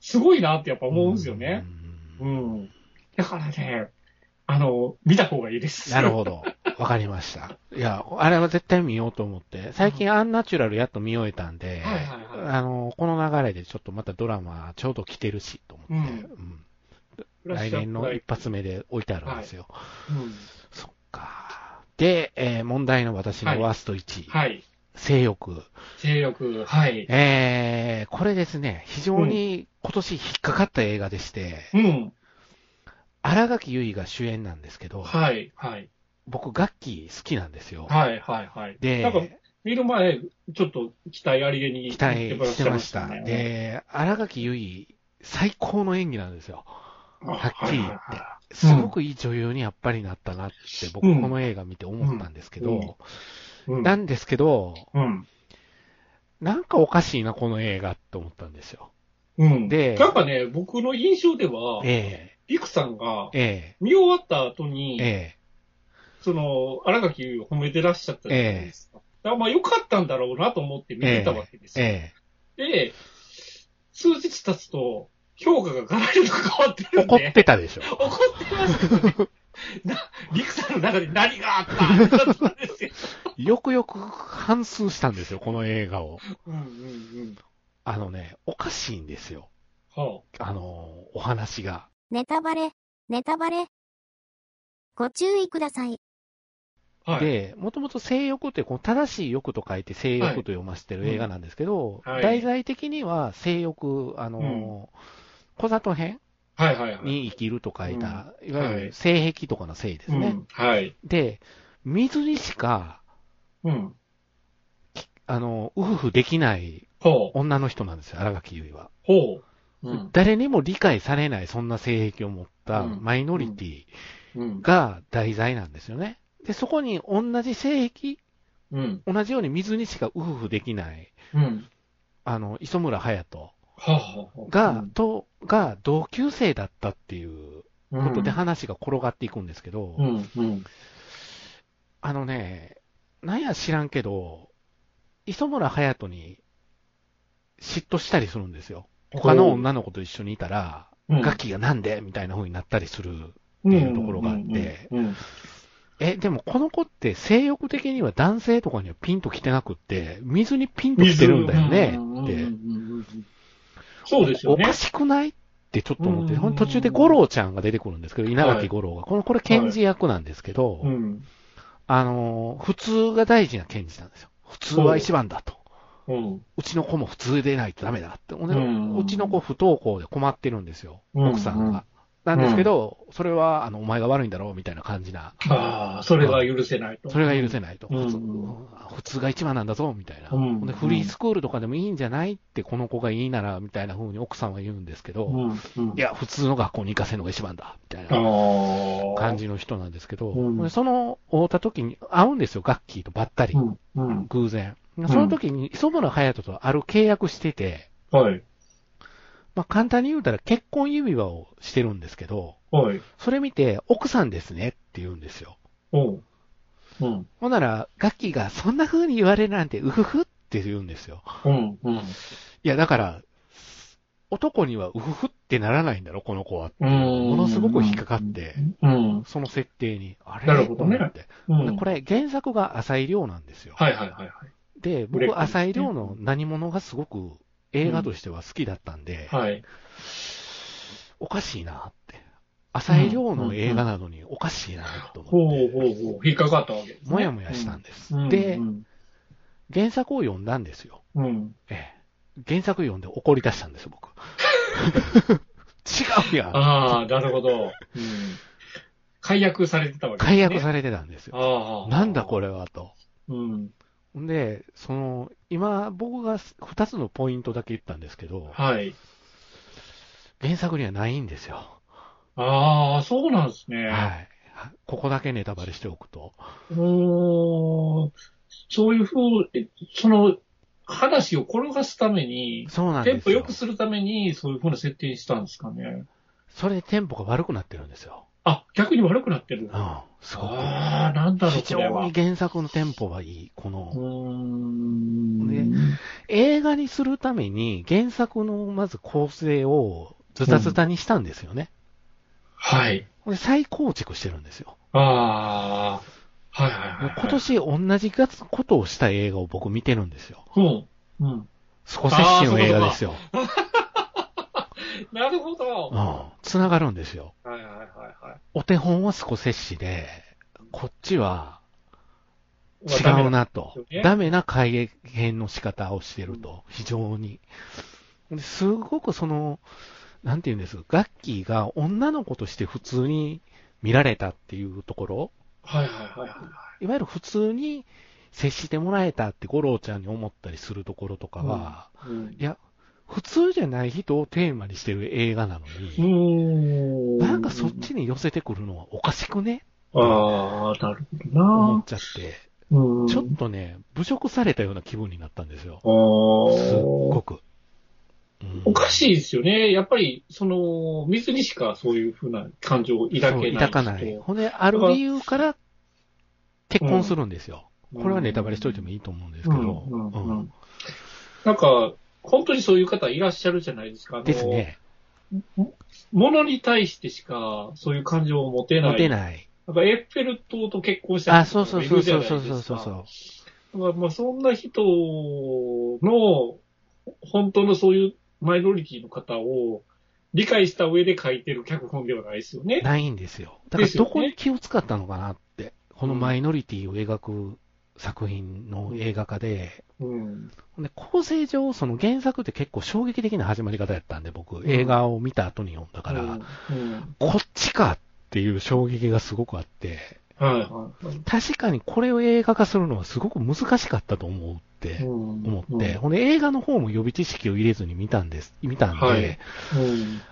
[SPEAKER 2] すごいなってやっぱ思うんですよね。
[SPEAKER 1] う
[SPEAKER 2] うん
[SPEAKER 1] うんうん。
[SPEAKER 2] ん。だからね、あの、見た方がいいです。
[SPEAKER 1] なるほど。わかりました。いや、あれは絶対見ようと思って、最近アンナチュラルやっと見終えたんで、
[SPEAKER 2] はいはいはい
[SPEAKER 1] あの、この流れでちょっとまたドラマちょうど来てるし、と思って、
[SPEAKER 2] うん
[SPEAKER 1] うん
[SPEAKER 2] ブラッ
[SPEAKER 1] 来
[SPEAKER 2] シュアップ
[SPEAKER 1] 年の
[SPEAKER 2] ライ
[SPEAKER 1] 一発目で置いてあるんですよ。
[SPEAKER 2] フうん
[SPEAKER 1] そっか。で、えー問題の私のワースト1位、
[SPEAKER 2] はい。
[SPEAKER 1] 性欲。
[SPEAKER 2] 性欲。はい。
[SPEAKER 1] えーこれですね、非常に今年引っかかった映画でして、
[SPEAKER 2] うん。
[SPEAKER 1] 新垣結衣が主演なんですけど、
[SPEAKER 2] はい。はい。
[SPEAKER 1] 僕、楽器好きなんですよ。
[SPEAKER 2] はい。はい。はい。なんか、
[SPEAKER 1] で、
[SPEAKER 2] 見る前、ちょっと期待ありげに
[SPEAKER 1] 期待してました。
[SPEAKER 2] 言って
[SPEAKER 1] で、新垣結衣、最高の演技なんですよ。
[SPEAKER 2] ま
[SPEAKER 1] は
[SPEAKER 2] し
[SPEAKER 1] っ
[SPEAKER 2] たね、
[SPEAKER 1] きり言っ
[SPEAKER 2] はいはいは
[SPEAKER 1] て。すごくいい女優にやっぱりなったなって、僕、
[SPEAKER 2] うん
[SPEAKER 1] この映画見て思ったんですけど、
[SPEAKER 2] いうん
[SPEAKER 1] なんですけど、
[SPEAKER 2] うん。
[SPEAKER 1] なんかおかしいな、この映画って思ったんですよ。
[SPEAKER 2] うん。
[SPEAKER 1] で
[SPEAKER 2] なんかね、僕の印象では、
[SPEAKER 1] え
[SPEAKER 2] リクさんが
[SPEAKER 1] え、え
[SPEAKER 2] 見終わった後に
[SPEAKER 1] え、、え
[SPEAKER 2] その、荒垣結衣を褒めてらっしゃったじゃないですか。からまあ良かったんだろうなと思って見てたわけですよ。
[SPEAKER 1] え
[SPEAKER 2] で、数日経つと、評価がガラリと変わって
[SPEAKER 1] え。
[SPEAKER 2] るん
[SPEAKER 1] 怒っ
[SPEAKER 2] で、
[SPEAKER 1] てたでしょ。
[SPEAKER 2] 怒ってますけどね。 な、リクさんの中で何があったってなったんですよ。
[SPEAKER 1] よくよく反数したんですよ、この映画を。
[SPEAKER 2] うんうんうん。
[SPEAKER 1] あのね、おかしいんですよ。
[SPEAKER 2] は
[SPEAKER 1] あの、お話が。
[SPEAKER 3] ネタバレ、ネタバレ。ご注意ください。
[SPEAKER 2] あ、はい。
[SPEAKER 1] で、もともと性欲って、この正しい欲と書いて性欲と読ませてる映画なんですけど、
[SPEAKER 2] はい
[SPEAKER 1] 題材的には性欲、あの、小里編
[SPEAKER 2] はいはいはい。
[SPEAKER 1] に生きると書いた、いわゆ
[SPEAKER 2] は
[SPEAKER 1] る
[SPEAKER 2] い
[SPEAKER 1] 性癖とかの性ですね。
[SPEAKER 2] うん、はい。
[SPEAKER 1] で、水にしか、
[SPEAKER 2] うん。
[SPEAKER 1] あの、うふふできない
[SPEAKER 2] ほう。
[SPEAKER 1] 女の人なんですよ、荒垣結衣は。
[SPEAKER 2] ほう。うん。
[SPEAKER 1] 誰にも理解されない、そんな性癖を持った
[SPEAKER 2] うん
[SPEAKER 1] マイノリティ
[SPEAKER 2] うん。
[SPEAKER 1] が題材なんですよね。で、そこに同じ性癖、
[SPEAKER 2] うん。
[SPEAKER 1] 同じように水にしかうふふできない、
[SPEAKER 2] うん。
[SPEAKER 1] あの、磯村隼人
[SPEAKER 2] はあはあはあ
[SPEAKER 1] が、、と、が同級生だったっていう
[SPEAKER 2] うん
[SPEAKER 1] ことで話が転がっていくんですけど、
[SPEAKER 2] うん。うん。
[SPEAKER 1] あのね、なんや知らんけど、磯村隼人に嫉妬したりするんですよ。他の女の子と一緒にいたら、
[SPEAKER 2] うん
[SPEAKER 1] ガキがなんでみたいな風になったりする。
[SPEAKER 2] って
[SPEAKER 1] いうところがあって
[SPEAKER 2] うん。
[SPEAKER 1] え、でもこの子って性欲的には男性とかにはピンと来てなくって、水にピンと来てるんだよね
[SPEAKER 2] うん
[SPEAKER 1] って。
[SPEAKER 2] うんうんうんうんそうですよ
[SPEAKER 1] お
[SPEAKER 2] ね
[SPEAKER 1] か。しくないってちょっと思って、
[SPEAKER 2] うん
[SPEAKER 1] ほんと途中で五郎ちゃんが出てくるんですけど、稲垣五郎が。この、これ、検事役なんですけど、
[SPEAKER 2] うん。
[SPEAKER 1] あのー、普通が大事な検事なんですよ。普通は一番だと。
[SPEAKER 2] うん。
[SPEAKER 1] うちの子も普通でないとダメだって。ほんで
[SPEAKER 2] うん
[SPEAKER 1] うちの子不登校で困ってるんですよ、
[SPEAKER 2] うん
[SPEAKER 1] 奥さんが。なんですけど、それは、あの、お前が悪いんだろうみたいな感じな。
[SPEAKER 2] ああ、それが許せないと。
[SPEAKER 1] それが許せないと。
[SPEAKER 2] うん
[SPEAKER 1] 普通普通が一番なんだぞ、みたいな。
[SPEAKER 2] うん
[SPEAKER 1] ほんでフリースクールとかでもいいんじゃないって、この子がいいなら、みたいな風に奥さんは言うんですけど、
[SPEAKER 2] うん。うん
[SPEAKER 1] いや、普通の学校に行かせるのが一番だ、みたい
[SPEAKER 2] あ
[SPEAKER 1] な
[SPEAKER 2] あ。
[SPEAKER 1] 感じの人なんですけど、
[SPEAKER 2] うん
[SPEAKER 1] その、会った時に会うんですよ、ガッキーとばったり
[SPEAKER 2] う、ん。うん。
[SPEAKER 1] 偶然。その時に磯村隼人とある契約してて、
[SPEAKER 2] はい。
[SPEAKER 1] まあ簡単に言うたら結婚指輪をしてるんですけど、
[SPEAKER 2] はい。
[SPEAKER 1] それ見て、奥さんですねって言うんですよ。
[SPEAKER 2] おう。うん。
[SPEAKER 1] ほんなら、ガッキーがそんな風に言われるなんて、うふふって言うんですよ。
[SPEAKER 2] うん。うん。
[SPEAKER 1] いや、だから、男にはうふふってならないんだろ、この子は。
[SPEAKER 2] うん
[SPEAKER 1] ものすごく引っかかって、
[SPEAKER 2] うん。
[SPEAKER 1] その設定に。あれ
[SPEAKER 2] なるほどね
[SPEAKER 1] と思って
[SPEAKER 2] うん。
[SPEAKER 1] これ、原作が浅井亮なんですよ。
[SPEAKER 2] はいはいはい
[SPEAKER 1] で、
[SPEAKER 2] ブレ
[SPEAKER 1] 僕、
[SPEAKER 2] ックですね
[SPEAKER 1] 浅井亮の何者がすごく映画としては好きだったんで、
[SPEAKER 2] はい。はい。
[SPEAKER 1] おかしいなって。浅井亮の映画なのにおかしいなと
[SPEAKER 2] ほ
[SPEAKER 1] 思
[SPEAKER 2] う
[SPEAKER 1] って、
[SPEAKER 2] ほうほう。引っかかったわけです、ね。
[SPEAKER 1] もやもやしたんです。
[SPEAKER 2] うん。
[SPEAKER 1] で
[SPEAKER 2] う、ん。
[SPEAKER 1] 原作を読んだんですよ。
[SPEAKER 2] うん。
[SPEAKER 1] ええ、原作読んで怒り出したんです、 僕。違うやん。
[SPEAKER 2] ああ、なるほど。うん。解約されてたわけ
[SPEAKER 1] 解約
[SPEAKER 2] れ
[SPEAKER 1] されてたんですよ。
[SPEAKER 2] ああ。
[SPEAKER 1] なんだこれはと。
[SPEAKER 2] れ。うん。
[SPEAKER 1] んで、その、今、僕が2つのポイントだけ言ったんですけど、
[SPEAKER 2] はい。
[SPEAKER 1] 原作にはないんですよ。
[SPEAKER 2] ああ、そうなんですね。
[SPEAKER 1] はい。ここだけネタバレしておくと。
[SPEAKER 2] うーんそういうふう、えその、話を転がすために、
[SPEAKER 1] そうなん
[SPEAKER 2] テン
[SPEAKER 1] で
[SPEAKER 2] ポ
[SPEAKER 1] す
[SPEAKER 2] 良
[SPEAKER 1] よ
[SPEAKER 2] く。するために、そういうふうな設定にしたんですかね。
[SPEAKER 1] それでテンポが悪くなってるんですよ。
[SPEAKER 2] あ、逆に悪くなってる。
[SPEAKER 1] う
[SPEAKER 2] あ
[SPEAKER 1] ん。すごく。
[SPEAKER 2] あー、なんだろう、
[SPEAKER 1] 非
[SPEAKER 2] これ
[SPEAKER 1] 常
[SPEAKER 2] は。
[SPEAKER 1] に
[SPEAKER 2] う
[SPEAKER 1] 原作のテンポがいい。こ
[SPEAKER 2] ー
[SPEAKER 1] の、
[SPEAKER 2] ん。
[SPEAKER 1] 映画にするために原作のまず構成をズタズタにしたんですよね。
[SPEAKER 2] はい。
[SPEAKER 1] で再構築してるんですよ。
[SPEAKER 2] ああ、はいはいはい、はい。
[SPEAKER 1] 今年同じことをした映画を僕見てるんですよ。
[SPEAKER 2] うん。うん。
[SPEAKER 1] スコセッシの映画ですよ。
[SPEAKER 2] なるほど。
[SPEAKER 1] う
[SPEAKER 2] は
[SPEAKER 1] ん。繋がるんですよ。
[SPEAKER 2] いはいはいは。
[SPEAKER 1] お手本はスコセッシで、こっちはい違うなと。ダメな改変の仕方をしてると、非常に。ですごくその、なんて言うんですガッキーが女の子として普通に見られたっていうところ、
[SPEAKER 2] はいはいはいはい。
[SPEAKER 1] いわゆる普通に接してもらえたって五郎ちゃんに思ったりするところとかは、
[SPEAKER 2] うん
[SPEAKER 1] いや、普通じゃない人をテーマにしてる映画なの
[SPEAKER 2] うー
[SPEAKER 1] に、
[SPEAKER 2] ん。
[SPEAKER 1] なんかそっちに寄せてくるのはおかしくね
[SPEAKER 2] ああ、なるほど
[SPEAKER 1] 思
[SPEAKER 2] な
[SPEAKER 1] っ。ちゃって、
[SPEAKER 2] うん
[SPEAKER 1] ちょっとね、侮辱されたような気分になったんですよ。すっ
[SPEAKER 2] あ
[SPEAKER 1] ご
[SPEAKER 2] あ。
[SPEAKER 1] く。
[SPEAKER 2] おか
[SPEAKER 1] い
[SPEAKER 2] しいですよね。やっぱり、その、水にしかそういうふうな感情を抱けない人。
[SPEAKER 1] 抱かない。ほんで、ある理由から結婚するんですよ。これはネタバレしといてもいいと思うんですけど。
[SPEAKER 2] うんうんうんなんか、本当にそういう方いらっしゃるじゃないですか。あの
[SPEAKER 1] です。ね。
[SPEAKER 2] ものに対してしか、そういう感情を持てない。
[SPEAKER 1] 持てない。
[SPEAKER 2] なんかエッフェル塔と結婚した
[SPEAKER 1] あ、そうそうそうそうそうそうそうそう。
[SPEAKER 2] う。だからまあそんな人の、本当のそういうマイノリティの方を理解した上で書いてる脚本ではないですよね。
[SPEAKER 1] ないんですよ。だから
[SPEAKER 2] ですよ
[SPEAKER 1] ど
[SPEAKER 2] ね
[SPEAKER 1] こに気を使ったのかなって、このマイノリティを描く作品の映画化で、
[SPEAKER 2] うん。
[SPEAKER 1] で構成上、その原作って結構衝撃的な始まり方やったんで、僕、映画を見た後に読んだから、
[SPEAKER 2] うん。うん
[SPEAKER 1] こっちかっていう衝撃がすごくあって、
[SPEAKER 2] はいはいはい。
[SPEAKER 1] 確かにこれを映画化するのはすごく難しかったと思うって思
[SPEAKER 2] 思
[SPEAKER 1] って、ほんで映画の方も予備知識を入れずに見たんです、見たんで、
[SPEAKER 2] はいうん。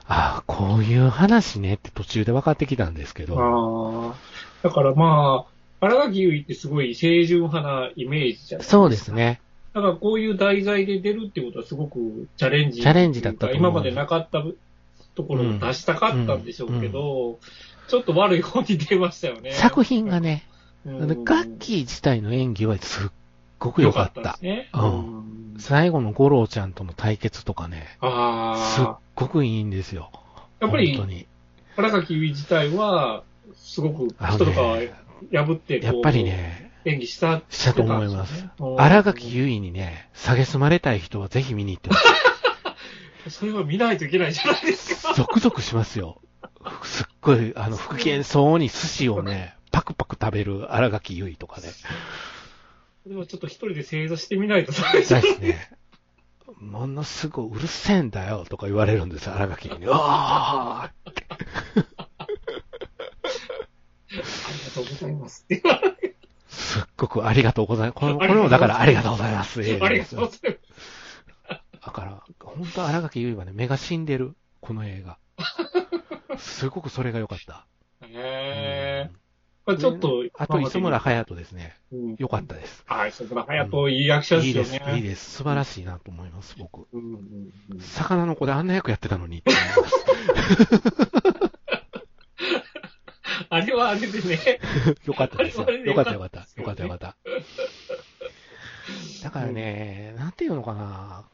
[SPEAKER 1] ああ、こういう話ねって途中で分かってきたんですけど、
[SPEAKER 2] ああ。だからまあ、荒垣結衣ってすごい清純派なイメージじゃない
[SPEAKER 1] そうです。ね。
[SPEAKER 2] だからこういう題材で出るってことはすごくチャレンジ。
[SPEAKER 1] チャレンジだったと思う
[SPEAKER 2] 今までなかったところを出したかったんでしょうけど、ちょっと悪い方に出ましたよね。
[SPEAKER 1] 作品がね、
[SPEAKER 2] うん、
[SPEAKER 1] ガッキー自体の演技はすっごく良かった。
[SPEAKER 2] ですね。
[SPEAKER 1] うん
[SPEAKER 2] ん
[SPEAKER 1] 最後の五郎ちゃんとの対決とかね、すっ
[SPEAKER 2] ああ。
[SPEAKER 1] ごくいいんですよ。
[SPEAKER 2] や
[SPEAKER 1] 本
[SPEAKER 2] っぱ
[SPEAKER 1] 当
[SPEAKER 2] り、
[SPEAKER 1] に。
[SPEAKER 2] 荒垣結衣自体は、すごく
[SPEAKER 1] あ
[SPEAKER 2] 人
[SPEAKER 1] の
[SPEAKER 2] とかは
[SPEAKER 1] ね、
[SPEAKER 2] 破ってこ
[SPEAKER 1] や
[SPEAKER 2] う、
[SPEAKER 1] っぱりね、
[SPEAKER 2] 演技した。
[SPEAKER 1] したと思います。
[SPEAKER 2] うん
[SPEAKER 1] 荒垣結衣にね、下げすまれたい人はぜひ見に行ってほしい。
[SPEAKER 2] それは見ないといけないじゃないですか。
[SPEAKER 1] ゾクゾクしますよ。すっごい、あの、不機嫌そうに寿司をね、パクパク食べる荒垣結衣とかね。
[SPEAKER 2] でもちょっと一人で正座してみないとダメじゃ
[SPEAKER 1] 辛
[SPEAKER 2] ん
[SPEAKER 1] いですね。ものすごいうるせえんだよとか言われるんです、荒垣に。ああ
[SPEAKER 2] ありがとうございますって。
[SPEAKER 1] すっごくありがとうございます。これも、これもだからありがとうございます。映
[SPEAKER 2] あ
[SPEAKER 1] 画
[SPEAKER 2] り
[SPEAKER 1] で
[SPEAKER 2] が
[SPEAKER 1] す
[SPEAKER 2] とうご
[SPEAKER 1] よ
[SPEAKER 2] ざい
[SPEAKER 1] だから、本当荒垣結衣はね、目が死んでる、この映画。すごくそれが良かった。
[SPEAKER 2] ます。へ
[SPEAKER 1] うん
[SPEAKER 2] ぇちょっと、
[SPEAKER 1] あと、磯村隼人ですね。
[SPEAKER 2] うん
[SPEAKER 1] 良かったです。
[SPEAKER 2] あ、磯村隼人、いい役者
[SPEAKER 1] いい
[SPEAKER 2] で
[SPEAKER 1] ですす
[SPEAKER 2] よ、ね。
[SPEAKER 1] いいです。素晴らしいなと思います、僕。
[SPEAKER 2] うんうんうん
[SPEAKER 1] 魚の子であんな役やってたのにって思います。
[SPEAKER 2] あれはあれで ね。
[SPEAKER 1] よかったですよ。
[SPEAKER 2] 我々で
[SPEAKER 1] よ
[SPEAKER 2] よ
[SPEAKER 1] かった
[SPEAKER 2] かっ
[SPEAKER 1] たよかった。よかったよかった。だからね、なんていうのかな、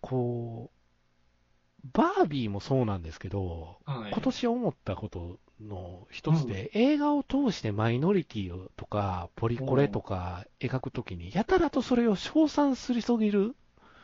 [SPEAKER 1] こう、バービーもそうなんですけど、
[SPEAKER 2] はい
[SPEAKER 1] 今年思ったことの一つで、映画を通してマイノリティとか、ポリコレとか描くときに、やたらとそれを称賛すりすぎる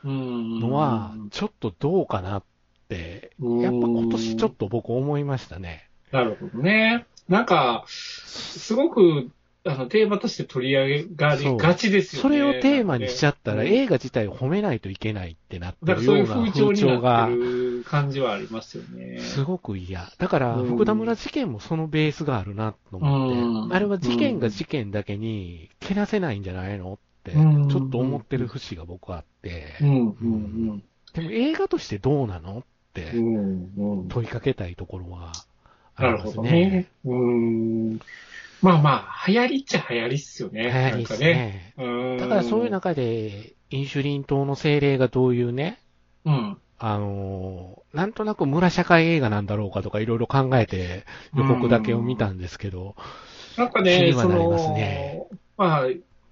[SPEAKER 1] のは、ちょっとどうかなって、
[SPEAKER 2] うん
[SPEAKER 1] やっぱ今年ちょっと僕思いましたね。
[SPEAKER 2] なるほどね。なんか、すごく、あの、テーマとして取り上げがりがちですよね。
[SPEAKER 1] それをテーマにしちゃったら、
[SPEAKER 2] うん
[SPEAKER 1] 映画自体を褒めないといけないってなって
[SPEAKER 2] だか
[SPEAKER 1] る
[SPEAKER 2] らそ
[SPEAKER 1] よ
[SPEAKER 2] ういう
[SPEAKER 1] うな
[SPEAKER 2] 風潮
[SPEAKER 1] 風
[SPEAKER 2] に
[SPEAKER 1] 潮
[SPEAKER 2] なっ
[SPEAKER 1] が
[SPEAKER 2] て、る感じはありますよね。
[SPEAKER 1] すごく嫌。だから、
[SPEAKER 2] うん
[SPEAKER 1] 福田村事件もそのベースがあるなと思っ
[SPEAKER 2] うん
[SPEAKER 1] て、あれは事件が事件だけに、けなせないんじゃないのって、ち
[SPEAKER 2] うん
[SPEAKER 1] ょっと思ってる節が僕はあって、
[SPEAKER 2] うん、うん、
[SPEAKER 1] でも映画としてどうなのって
[SPEAKER 2] うん。うん、うん。
[SPEAKER 1] 問いかけたいところはあ
[SPEAKER 2] な
[SPEAKER 1] り
[SPEAKER 2] る
[SPEAKER 1] ま
[SPEAKER 2] ほ
[SPEAKER 1] す
[SPEAKER 2] ど
[SPEAKER 1] ね
[SPEAKER 2] ね。。うーん。まあまあ、流行りっちゃ流行りっすよね。
[SPEAKER 1] 流行りですね。
[SPEAKER 2] なんかね。うーん。
[SPEAKER 1] だからそういう中で、インシュリン島の精霊がどういうね、
[SPEAKER 2] うん。
[SPEAKER 1] あのーなんとなく村社会映画なんだろうかとかいろいろ考えて予告だけを見たんですけど、
[SPEAKER 2] なんか
[SPEAKER 1] 気
[SPEAKER 2] ね、
[SPEAKER 1] に
[SPEAKER 2] そ
[SPEAKER 1] はなります
[SPEAKER 2] の、
[SPEAKER 1] ね
[SPEAKER 2] まあ、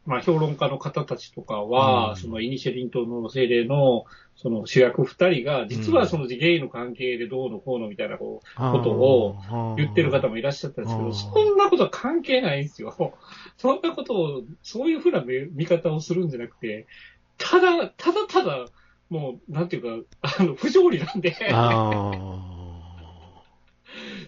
[SPEAKER 2] まあ、評論家の方たちとかは、
[SPEAKER 1] うん
[SPEAKER 2] そのイニシェリン島の精霊の、その主役二人が、実はそのゲイの関係でどうのこうのみたいなこうこと
[SPEAKER 1] を
[SPEAKER 2] 言ってる方もいらっしゃったんですけ
[SPEAKER 1] う
[SPEAKER 2] ど、
[SPEAKER 1] ん
[SPEAKER 2] そんなことは関係ないんですよ。 そんなことを、そういうふうな見見方をするんじゃなくて、ただ、ただただ、もう、なんていうか、あの、不条理なんで、
[SPEAKER 1] あ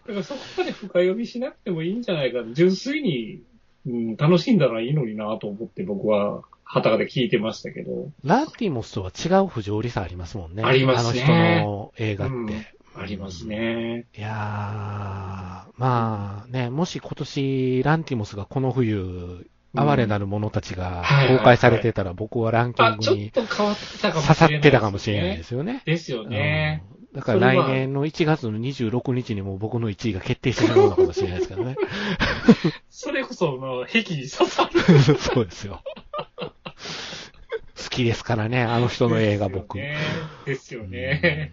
[SPEAKER 2] だからそこまで深読みしなくてもいいんじゃないかな。純粋に、うん、楽しんだらいいのになと思って僕は、旗で聞いてましたけど。
[SPEAKER 1] ーランティモスとは違う不条理さありますもんね。
[SPEAKER 2] あります
[SPEAKER 1] あの
[SPEAKER 2] ね
[SPEAKER 1] 人の映画って。
[SPEAKER 2] うんありますね。
[SPEAKER 1] いやー、まあね、もし今年ランティモスがこの冬、
[SPEAKER 2] うん
[SPEAKER 1] 哀れなる者たちが
[SPEAKER 2] はいはいはい
[SPEAKER 1] 公開されてたら、僕はランキ
[SPEAKER 2] あ、ちょ
[SPEAKER 1] ング
[SPEAKER 2] っ
[SPEAKER 1] に
[SPEAKER 2] と変わってたかもしれない、。
[SPEAKER 1] 刺さってたかもしれないですすよね。
[SPEAKER 2] ですよね。
[SPEAKER 1] うんだから来年の1月の26日にもう僕の1位が決定してしまうのかもしれないですからね。
[SPEAKER 2] それこそ、まあ、壁に刺さる。
[SPEAKER 1] そうですよ。好きですからね、あの人の映画僕。
[SPEAKER 2] ですよね。ですよ
[SPEAKER 1] うん
[SPEAKER 2] ね。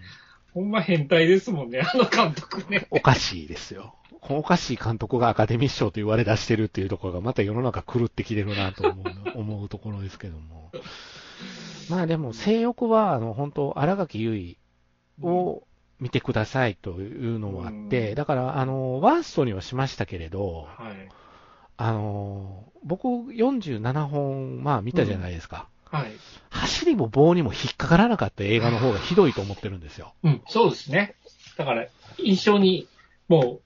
[SPEAKER 2] ほんま変態ですもんね、あの監督ね。
[SPEAKER 1] おかしいですよ。このおかしい監督がアカデミー賞と言われ出してるっていうところが、また世の中狂ってきてるなと思う思うところですけども。まあでも、性欲は、あの、本当荒垣結衣を見てくださいというのもあって、
[SPEAKER 2] うん
[SPEAKER 1] だから、あの、ワーストにはしましたけれど、
[SPEAKER 2] はい。
[SPEAKER 1] あの、僕47本、まあ見たじゃないですか。
[SPEAKER 2] はい。
[SPEAKER 1] 走りも棒にも引っかからなかった映画の方がひどいと思ってるんですよ。
[SPEAKER 2] うん、そうですね。だから、印象に、もう、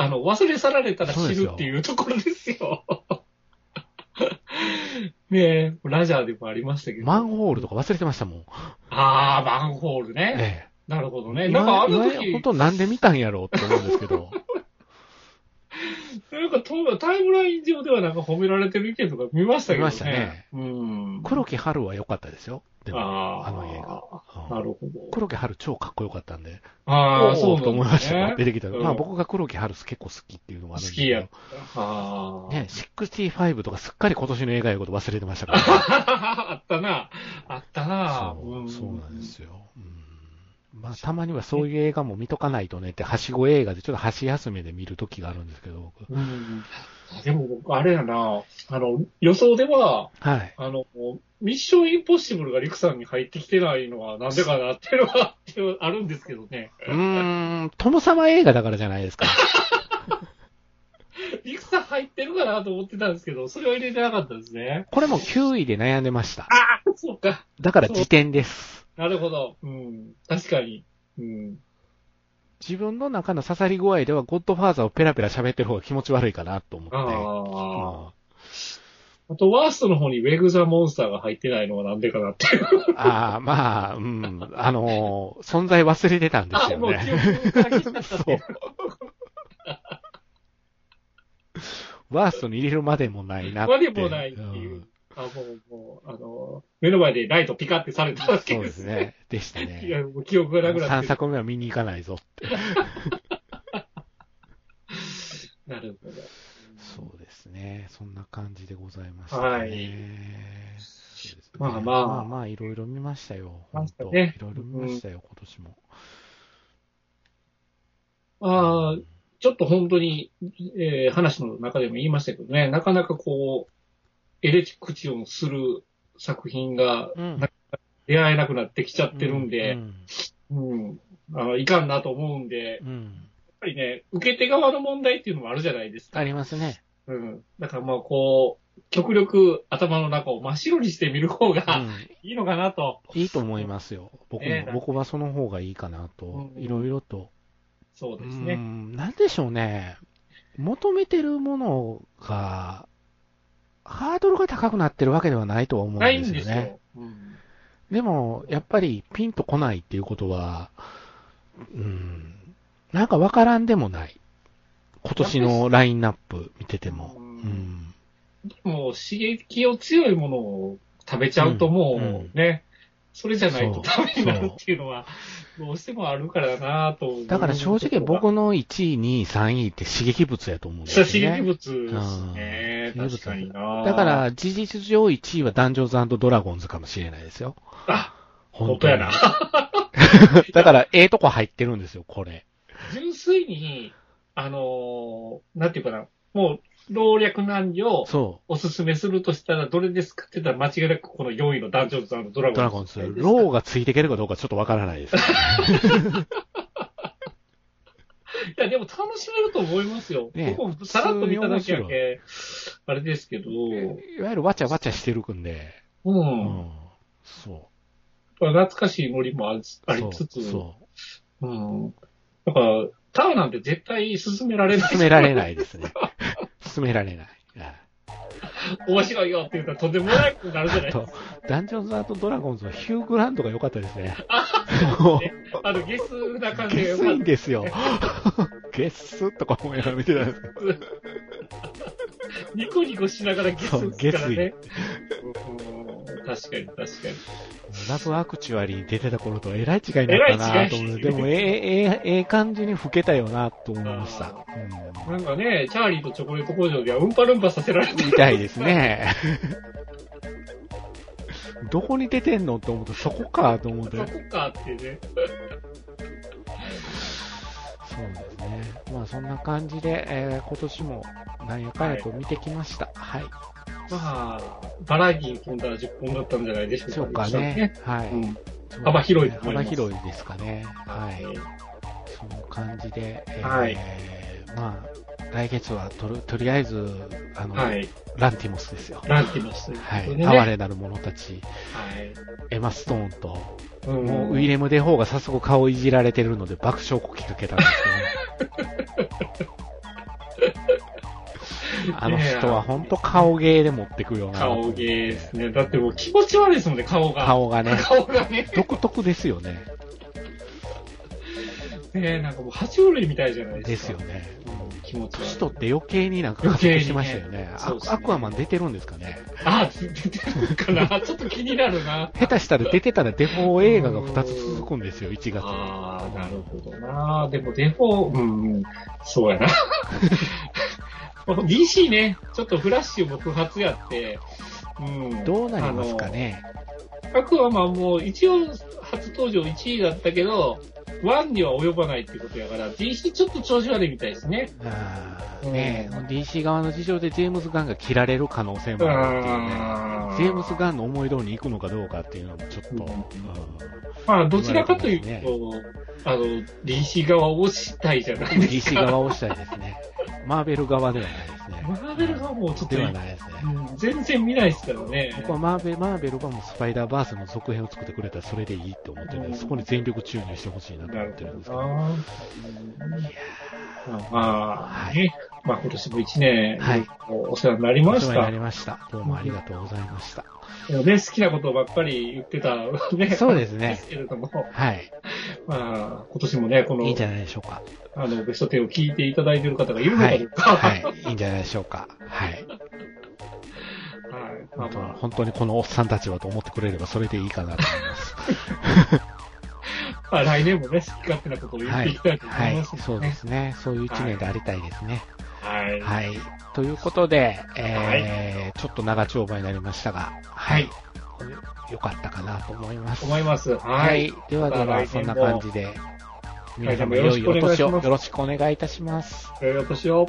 [SPEAKER 2] あの、忘れ去られたら
[SPEAKER 1] そう
[SPEAKER 2] 知
[SPEAKER 1] です
[SPEAKER 2] る
[SPEAKER 1] よ
[SPEAKER 2] っていうところで すよ。ねえ、ラジャーでもありましたけど。
[SPEAKER 1] マンホールとか忘れてましたもん。
[SPEAKER 2] ああ、マンホールね。
[SPEAKER 1] ええ。
[SPEAKER 2] なるほどね。なんかあの
[SPEAKER 1] 今今
[SPEAKER 2] 時
[SPEAKER 1] 本、当なんで見たんやろうって思うんですけ ど。
[SPEAKER 2] なんか当タイムライン上ではなんか褒められてる意見とか見ましたけど
[SPEAKER 1] 見ま
[SPEAKER 2] ね。
[SPEAKER 1] したね
[SPEAKER 2] うん。
[SPEAKER 1] 黒木春は良かったですよ。でも、
[SPEAKER 2] あー
[SPEAKER 1] あの映画うん
[SPEAKER 2] なるほど。
[SPEAKER 1] 黒木春超かっこよかったんで、
[SPEAKER 2] ああ、
[SPEAKER 1] お
[SPEAKER 2] そう
[SPEAKER 1] ー
[SPEAKER 2] なん
[SPEAKER 1] と思いましたよ。出てきた。
[SPEAKER 2] うん
[SPEAKER 1] まあ僕が黒木春結構好きっていうのもあ
[SPEAKER 2] 好
[SPEAKER 1] るんです
[SPEAKER 2] き
[SPEAKER 1] けど
[SPEAKER 2] や。った。ああ。
[SPEAKER 1] ね、65とかすっかり今年の映画やこと忘れてましたか
[SPEAKER 2] あったな。 あった
[SPEAKER 1] ら
[SPEAKER 2] な。。
[SPEAKER 1] そうそうなんで。すよ。うんまあたまにはそういう映画も見とかないとねって、はしご映画でちょっと箸休めで見るときがあるんですけど、僕
[SPEAKER 2] うん。でも僕、あれやな。あの、予想では、
[SPEAKER 1] はい。
[SPEAKER 2] あの、ミッションインポッシブルがリクさんに入ってきてないのはなんでかなっていうのはあるんですけ どね。
[SPEAKER 1] うーん、殿様映画だからじゃないですか。
[SPEAKER 2] リクさん入ってるかなと思ってたんですけど、それは入れてなかったですね。
[SPEAKER 1] これも9位で悩んでました。
[SPEAKER 2] ああ、そうか。
[SPEAKER 1] だから時点です。
[SPEAKER 2] なるほど。うん。確かに。うん。
[SPEAKER 1] 自分の中の刺さり具合では、ゴッドファーザーをペラペラ喋ってる方が気持ち悪いかなと思って。
[SPEAKER 2] ああ。
[SPEAKER 1] あ
[SPEAKER 2] あと、ワーストの方にウェグ・ザ・モンスターが入ってないのはなんでかなっていう。
[SPEAKER 1] あー、まあ、うん、あのー存在忘れてたんです
[SPEAKER 2] あ、
[SPEAKER 1] よ
[SPEAKER 2] もう記
[SPEAKER 1] ね。
[SPEAKER 2] 憶が消しちゃったっていう。
[SPEAKER 1] ワーストに入れるまでもないなって。
[SPEAKER 2] までもないっていう
[SPEAKER 1] うん
[SPEAKER 2] あ、もう、もう、あの、目の前でライトピカってされたわけ
[SPEAKER 1] そう
[SPEAKER 2] で
[SPEAKER 1] ですす
[SPEAKER 2] ね。
[SPEAKER 1] ね。でした
[SPEAKER 2] いや、
[SPEAKER 1] ね。
[SPEAKER 2] もう記憶がなくなっ
[SPEAKER 1] 3
[SPEAKER 2] てる。
[SPEAKER 1] 作目は見に行かないぞって。
[SPEAKER 2] なるほど。
[SPEAKER 1] そうですね。そんな感じでございましたね。
[SPEAKER 2] は
[SPEAKER 1] そう
[SPEAKER 2] い
[SPEAKER 1] ですね
[SPEAKER 2] まあまあ
[SPEAKER 1] まあまあ、いろいろ見ましたよ。
[SPEAKER 2] ま
[SPEAKER 1] 本
[SPEAKER 2] した
[SPEAKER 1] 当、
[SPEAKER 2] ね
[SPEAKER 1] いろいろ見ましたよ、今年も。
[SPEAKER 2] ああ、ちょっと本当に、えー話の中でも言いましたけどね、なかなかこう、エレ口をする作品が
[SPEAKER 1] うん
[SPEAKER 2] 出会えなくなってきちゃってるんで、
[SPEAKER 1] うん
[SPEAKER 2] うん、あの、いかんなと思うんで、やっ
[SPEAKER 1] うん。
[SPEAKER 2] ぱりね、受け手側の問題っていうのもあるじゃないですか。
[SPEAKER 1] ありますね。
[SPEAKER 2] うん。だからまあこう、極力頭の中を真っ白にして見る方
[SPEAKER 1] う
[SPEAKER 2] が
[SPEAKER 1] ん。
[SPEAKER 2] いいのかなと。
[SPEAKER 1] いいと思いますよ。僕も、
[SPEAKER 2] ねえ
[SPEAKER 1] 僕はその方がいいかなと、
[SPEAKER 2] うん
[SPEAKER 1] いろいろと。
[SPEAKER 2] そうです
[SPEAKER 1] う
[SPEAKER 2] ね。
[SPEAKER 1] ん、なんでしょうね。求めてるものが、ハードルが高くなってるわけではないとは思うん
[SPEAKER 2] ない
[SPEAKER 1] で
[SPEAKER 2] ん
[SPEAKER 1] す
[SPEAKER 2] で
[SPEAKER 1] よ
[SPEAKER 2] す
[SPEAKER 1] ね。
[SPEAKER 2] よ。うん
[SPEAKER 1] でも、やっぱりピンとこないっていうことは、うん、なんかわからんでもない。今年のラインナップ見てても。
[SPEAKER 2] う
[SPEAKER 1] うんん。
[SPEAKER 2] もう刺激を強いものを食べちゃうともう
[SPEAKER 1] うんうん
[SPEAKER 2] ね、それじゃないとダメになるっていうのは、どうしてもあるからなと。
[SPEAKER 1] だから正直
[SPEAKER 2] の
[SPEAKER 1] 僕の1位、2位、3位って刺激物やと思うんです
[SPEAKER 2] 刺
[SPEAKER 1] よね。
[SPEAKER 2] 激物です
[SPEAKER 1] う
[SPEAKER 2] ね。
[SPEAKER 1] ん
[SPEAKER 2] 確かにな
[SPEAKER 1] だか、ら、事実上1位はダンジョンズドラゴンズかもしれないですよ。
[SPEAKER 2] あ、
[SPEAKER 1] 本
[SPEAKER 2] 本
[SPEAKER 1] 当
[SPEAKER 2] 当
[SPEAKER 1] に
[SPEAKER 2] やな。。
[SPEAKER 1] だから、ええとこ入ってるんですよ、これ。
[SPEAKER 2] 純粋に、あのーなんていうかな、もう、老若男女、
[SPEAKER 1] そ
[SPEAKER 2] おすすめするとしたら、どれですかって言ったら、間違いなくこの4位のダンジョンズドラゴン
[SPEAKER 1] う。
[SPEAKER 2] ズ。
[SPEAKER 1] ドラゴンズ。ローがついていけるかどうかちょっとわからないですけどね、
[SPEAKER 2] いや、でも楽しめると思いますよ。
[SPEAKER 1] ねえ
[SPEAKER 2] 僕もさらっと見ただけやけ、あれですけど、
[SPEAKER 1] いわゆるわちゃわちゃしてるくんで。
[SPEAKER 2] うん。
[SPEAKER 1] う
[SPEAKER 2] やっ
[SPEAKER 1] ん。そ
[SPEAKER 2] ぱ懐かしいノリもありつ
[SPEAKER 1] う。
[SPEAKER 2] ありつつ、。
[SPEAKER 1] そう
[SPEAKER 2] ん。だから、タワーなんて絶対進められ
[SPEAKER 1] う。
[SPEAKER 2] ない。
[SPEAKER 1] 進められ
[SPEAKER 2] い。
[SPEAKER 1] ないですね。進められない。
[SPEAKER 2] 面白いよって言ったらとんでもないことになるじゃ な
[SPEAKER 1] あ
[SPEAKER 2] いです
[SPEAKER 1] と、ダンジョンズドラゴンズのヒュー・グランドが良かったですね。
[SPEAKER 2] か。あの、ゲスな感じが
[SPEAKER 1] ゲ
[SPEAKER 2] よ
[SPEAKER 1] ス
[SPEAKER 2] か
[SPEAKER 1] い
[SPEAKER 2] っ
[SPEAKER 1] んですよ。ゲスとか思いながら見てたんですけど
[SPEAKER 2] た。ニコニコしながらゲスですからね。うん確かに、確かに。
[SPEAKER 1] ラブアクチュアリーに出てた頃とえらい違いになった
[SPEAKER 2] えらい違
[SPEAKER 1] ないと 思う。でも、ええ、ええ、ええ感じに老けたよなと思いました。う
[SPEAKER 2] なんかね、チャーリーとチョコレート工場ではうんぱるんぱさせられて
[SPEAKER 1] ん。みたいですね。 どこに出てんのと思って、そこかと思って。そ
[SPEAKER 2] そうこかってね。
[SPEAKER 1] ですね。ね。まあそんな感じで、えー今年もなんやかんやと見てきました。はい。
[SPEAKER 2] まあ、バラエティに飛んだら10本だったんじゃないでしょうか。
[SPEAKER 1] そうかね。は
[SPEAKER 2] う
[SPEAKER 1] い。
[SPEAKER 2] ん。幅広いと思いま
[SPEAKER 1] 幅
[SPEAKER 2] す
[SPEAKER 1] 広いですかね。はい。その感じで、えー
[SPEAKER 2] はい
[SPEAKER 1] まあ、来月はとるとりあえず、あの、
[SPEAKER 2] はい。
[SPEAKER 1] ランティモスですよ。
[SPEAKER 2] ランティマスというこ
[SPEAKER 1] はい。
[SPEAKER 2] とでね。
[SPEAKER 1] 哀れなる者たち、
[SPEAKER 2] はい。
[SPEAKER 1] エマ・ストーンと、
[SPEAKER 2] うん
[SPEAKER 1] もうウィレム・デ・ホーが早速顔いじられてるので爆笑こきかけたんです けど、あの人は本当顔芸で持ってくよな。
[SPEAKER 2] 顔芸ですね。だってもう気持ち悪いですもんね、顔が。
[SPEAKER 1] 顔がね、
[SPEAKER 2] 顔がね。
[SPEAKER 1] 独特ですよね。
[SPEAKER 2] ねえなんかもう爬虫類みたいじゃない
[SPEAKER 1] で
[SPEAKER 2] です
[SPEAKER 1] す
[SPEAKER 2] か。
[SPEAKER 1] よね。
[SPEAKER 2] うん気持ち
[SPEAKER 1] 年取
[SPEAKER 2] 悪い。
[SPEAKER 1] って余計になんか加速してましたよね。
[SPEAKER 2] 余計にね
[SPEAKER 1] ア
[SPEAKER 2] そうです
[SPEAKER 1] ク
[SPEAKER 2] ね
[SPEAKER 1] アクアマン出てるんですかね。
[SPEAKER 2] あ、出てるかなちょっと気になるな。
[SPEAKER 1] 下手したら出てたらデフォー映画が2つ続くんですよ、1月に。
[SPEAKER 2] ああ、なるほどな。でもデフォー、うんうん、そうやな。DC ね、ちょっとフラッシュも不発やって、うん。
[SPEAKER 1] どうなりますかね。
[SPEAKER 2] あの。アクアマンも一応初登場1位だったけど、1には及ばないってことやから、DC ちょっと調子悪いみたいですね。
[SPEAKER 1] あ
[SPEAKER 2] う
[SPEAKER 1] ー
[SPEAKER 2] ん
[SPEAKER 1] ねえ、DC 側の事情でジェームズ・ガンが切られる可能性
[SPEAKER 2] う
[SPEAKER 1] もあるっていうね。
[SPEAKER 2] ん
[SPEAKER 1] ジェームズ・ガンの思い通りに行くのかどうかっていうのもちょっと、
[SPEAKER 2] うん
[SPEAKER 1] う
[SPEAKER 2] まあ、どちらかというと、あの、DC 側をしたいじゃない
[SPEAKER 1] ん、
[SPEAKER 2] です
[SPEAKER 1] DC
[SPEAKER 2] か。
[SPEAKER 1] 側をしたいです ね。マーベル側ではないですね。
[SPEAKER 2] マーベル側もちょっと、
[SPEAKER 1] ではないですね。
[SPEAKER 2] うん全然見ないですからね。
[SPEAKER 1] 僕はマーベマーベルがもうスパイダーバースの続編を作ってくれたらそれでいいと思ってるん
[SPEAKER 2] う
[SPEAKER 1] で、
[SPEAKER 2] ん
[SPEAKER 1] そこに全力注入してほしいなと
[SPEAKER 2] な
[SPEAKER 1] 思っ
[SPEAKER 2] る
[SPEAKER 1] てるんです
[SPEAKER 2] ほ
[SPEAKER 1] け
[SPEAKER 2] ど
[SPEAKER 1] ど。
[SPEAKER 2] な。まあ、ね、まあ今年も一年、
[SPEAKER 1] はい
[SPEAKER 2] お世話になりま
[SPEAKER 1] お世
[SPEAKER 2] し
[SPEAKER 1] 話にな
[SPEAKER 2] た。
[SPEAKER 1] りました。どうもありがとうございました。
[SPEAKER 2] もうね、好きなことばっかり 言ってた、ね。
[SPEAKER 1] そうですね
[SPEAKER 2] ですけれども、
[SPEAKER 1] はい。
[SPEAKER 2] まあ、今年もね、この、
[SPEAKER 1] いいんじゃないでしょうか。
[SPEAKER 2] あの、ベストテンを聞いていただいている方がいるの
[SPEAKER 1] は
[SPEAKER 2] か
[SPEAKER 1] い
[SPEAKER 2] どう。か。
[SPEAKER 1] はい。いいんじゃないでしょうか。はい。
[SPEAKER 2] はい。まあ
[SPEAKER 1] 本当
[SPEAKER 2] まあ
[SPEAKER 1] 本当にこのおっさんたちはと思ってくれればそれでいいかなと思います。
[SPEAKER 2] まあ、来年もね、好き勝手なことを言っ
[SPEAKER 1] は
[SPEAKER 2] てい
[SPEAKER 1] い
[SPEAKER 2] きたい。と思
[SPEAKER 1] はいい
[SPEAKER 2] ます。
[SPEAKER 1] そうで。すね。そういう一年でありたいですね。
[SPEAKER 2] はい。
[SPEAKER 1] はい。ということで、えー、ちょっと長丁場になりましたが、はい。よかったかなと思います。
[SPEAKER 2] 思います。は。
[SPEAKER 1] はいい。ではで
[SPEAKER 2] また
[SPEAKER 1] は、
[SPEAKER 2] 来
[SPEAKER 1] そ
[SPEAKER 2] 年
[SPEAKER 1] ん
[SPEAKER 2] も
[SPEAKER 1] な感じで、皆様
[SPEAKER 2] 来
[SPEAKER 1] 良
[SPEAKER 2] 年
[SPEAKER 1] い
[SPEAKER 2] も
[SPEAKER 1] お
[SPEAKER 2] よろしくお願
[SPEAKER 1] 年
[SPEAKER 2] いします
[SPEAKER 1] をよろしくお願いいたします。
[SPEAKER 2] 良いお年を。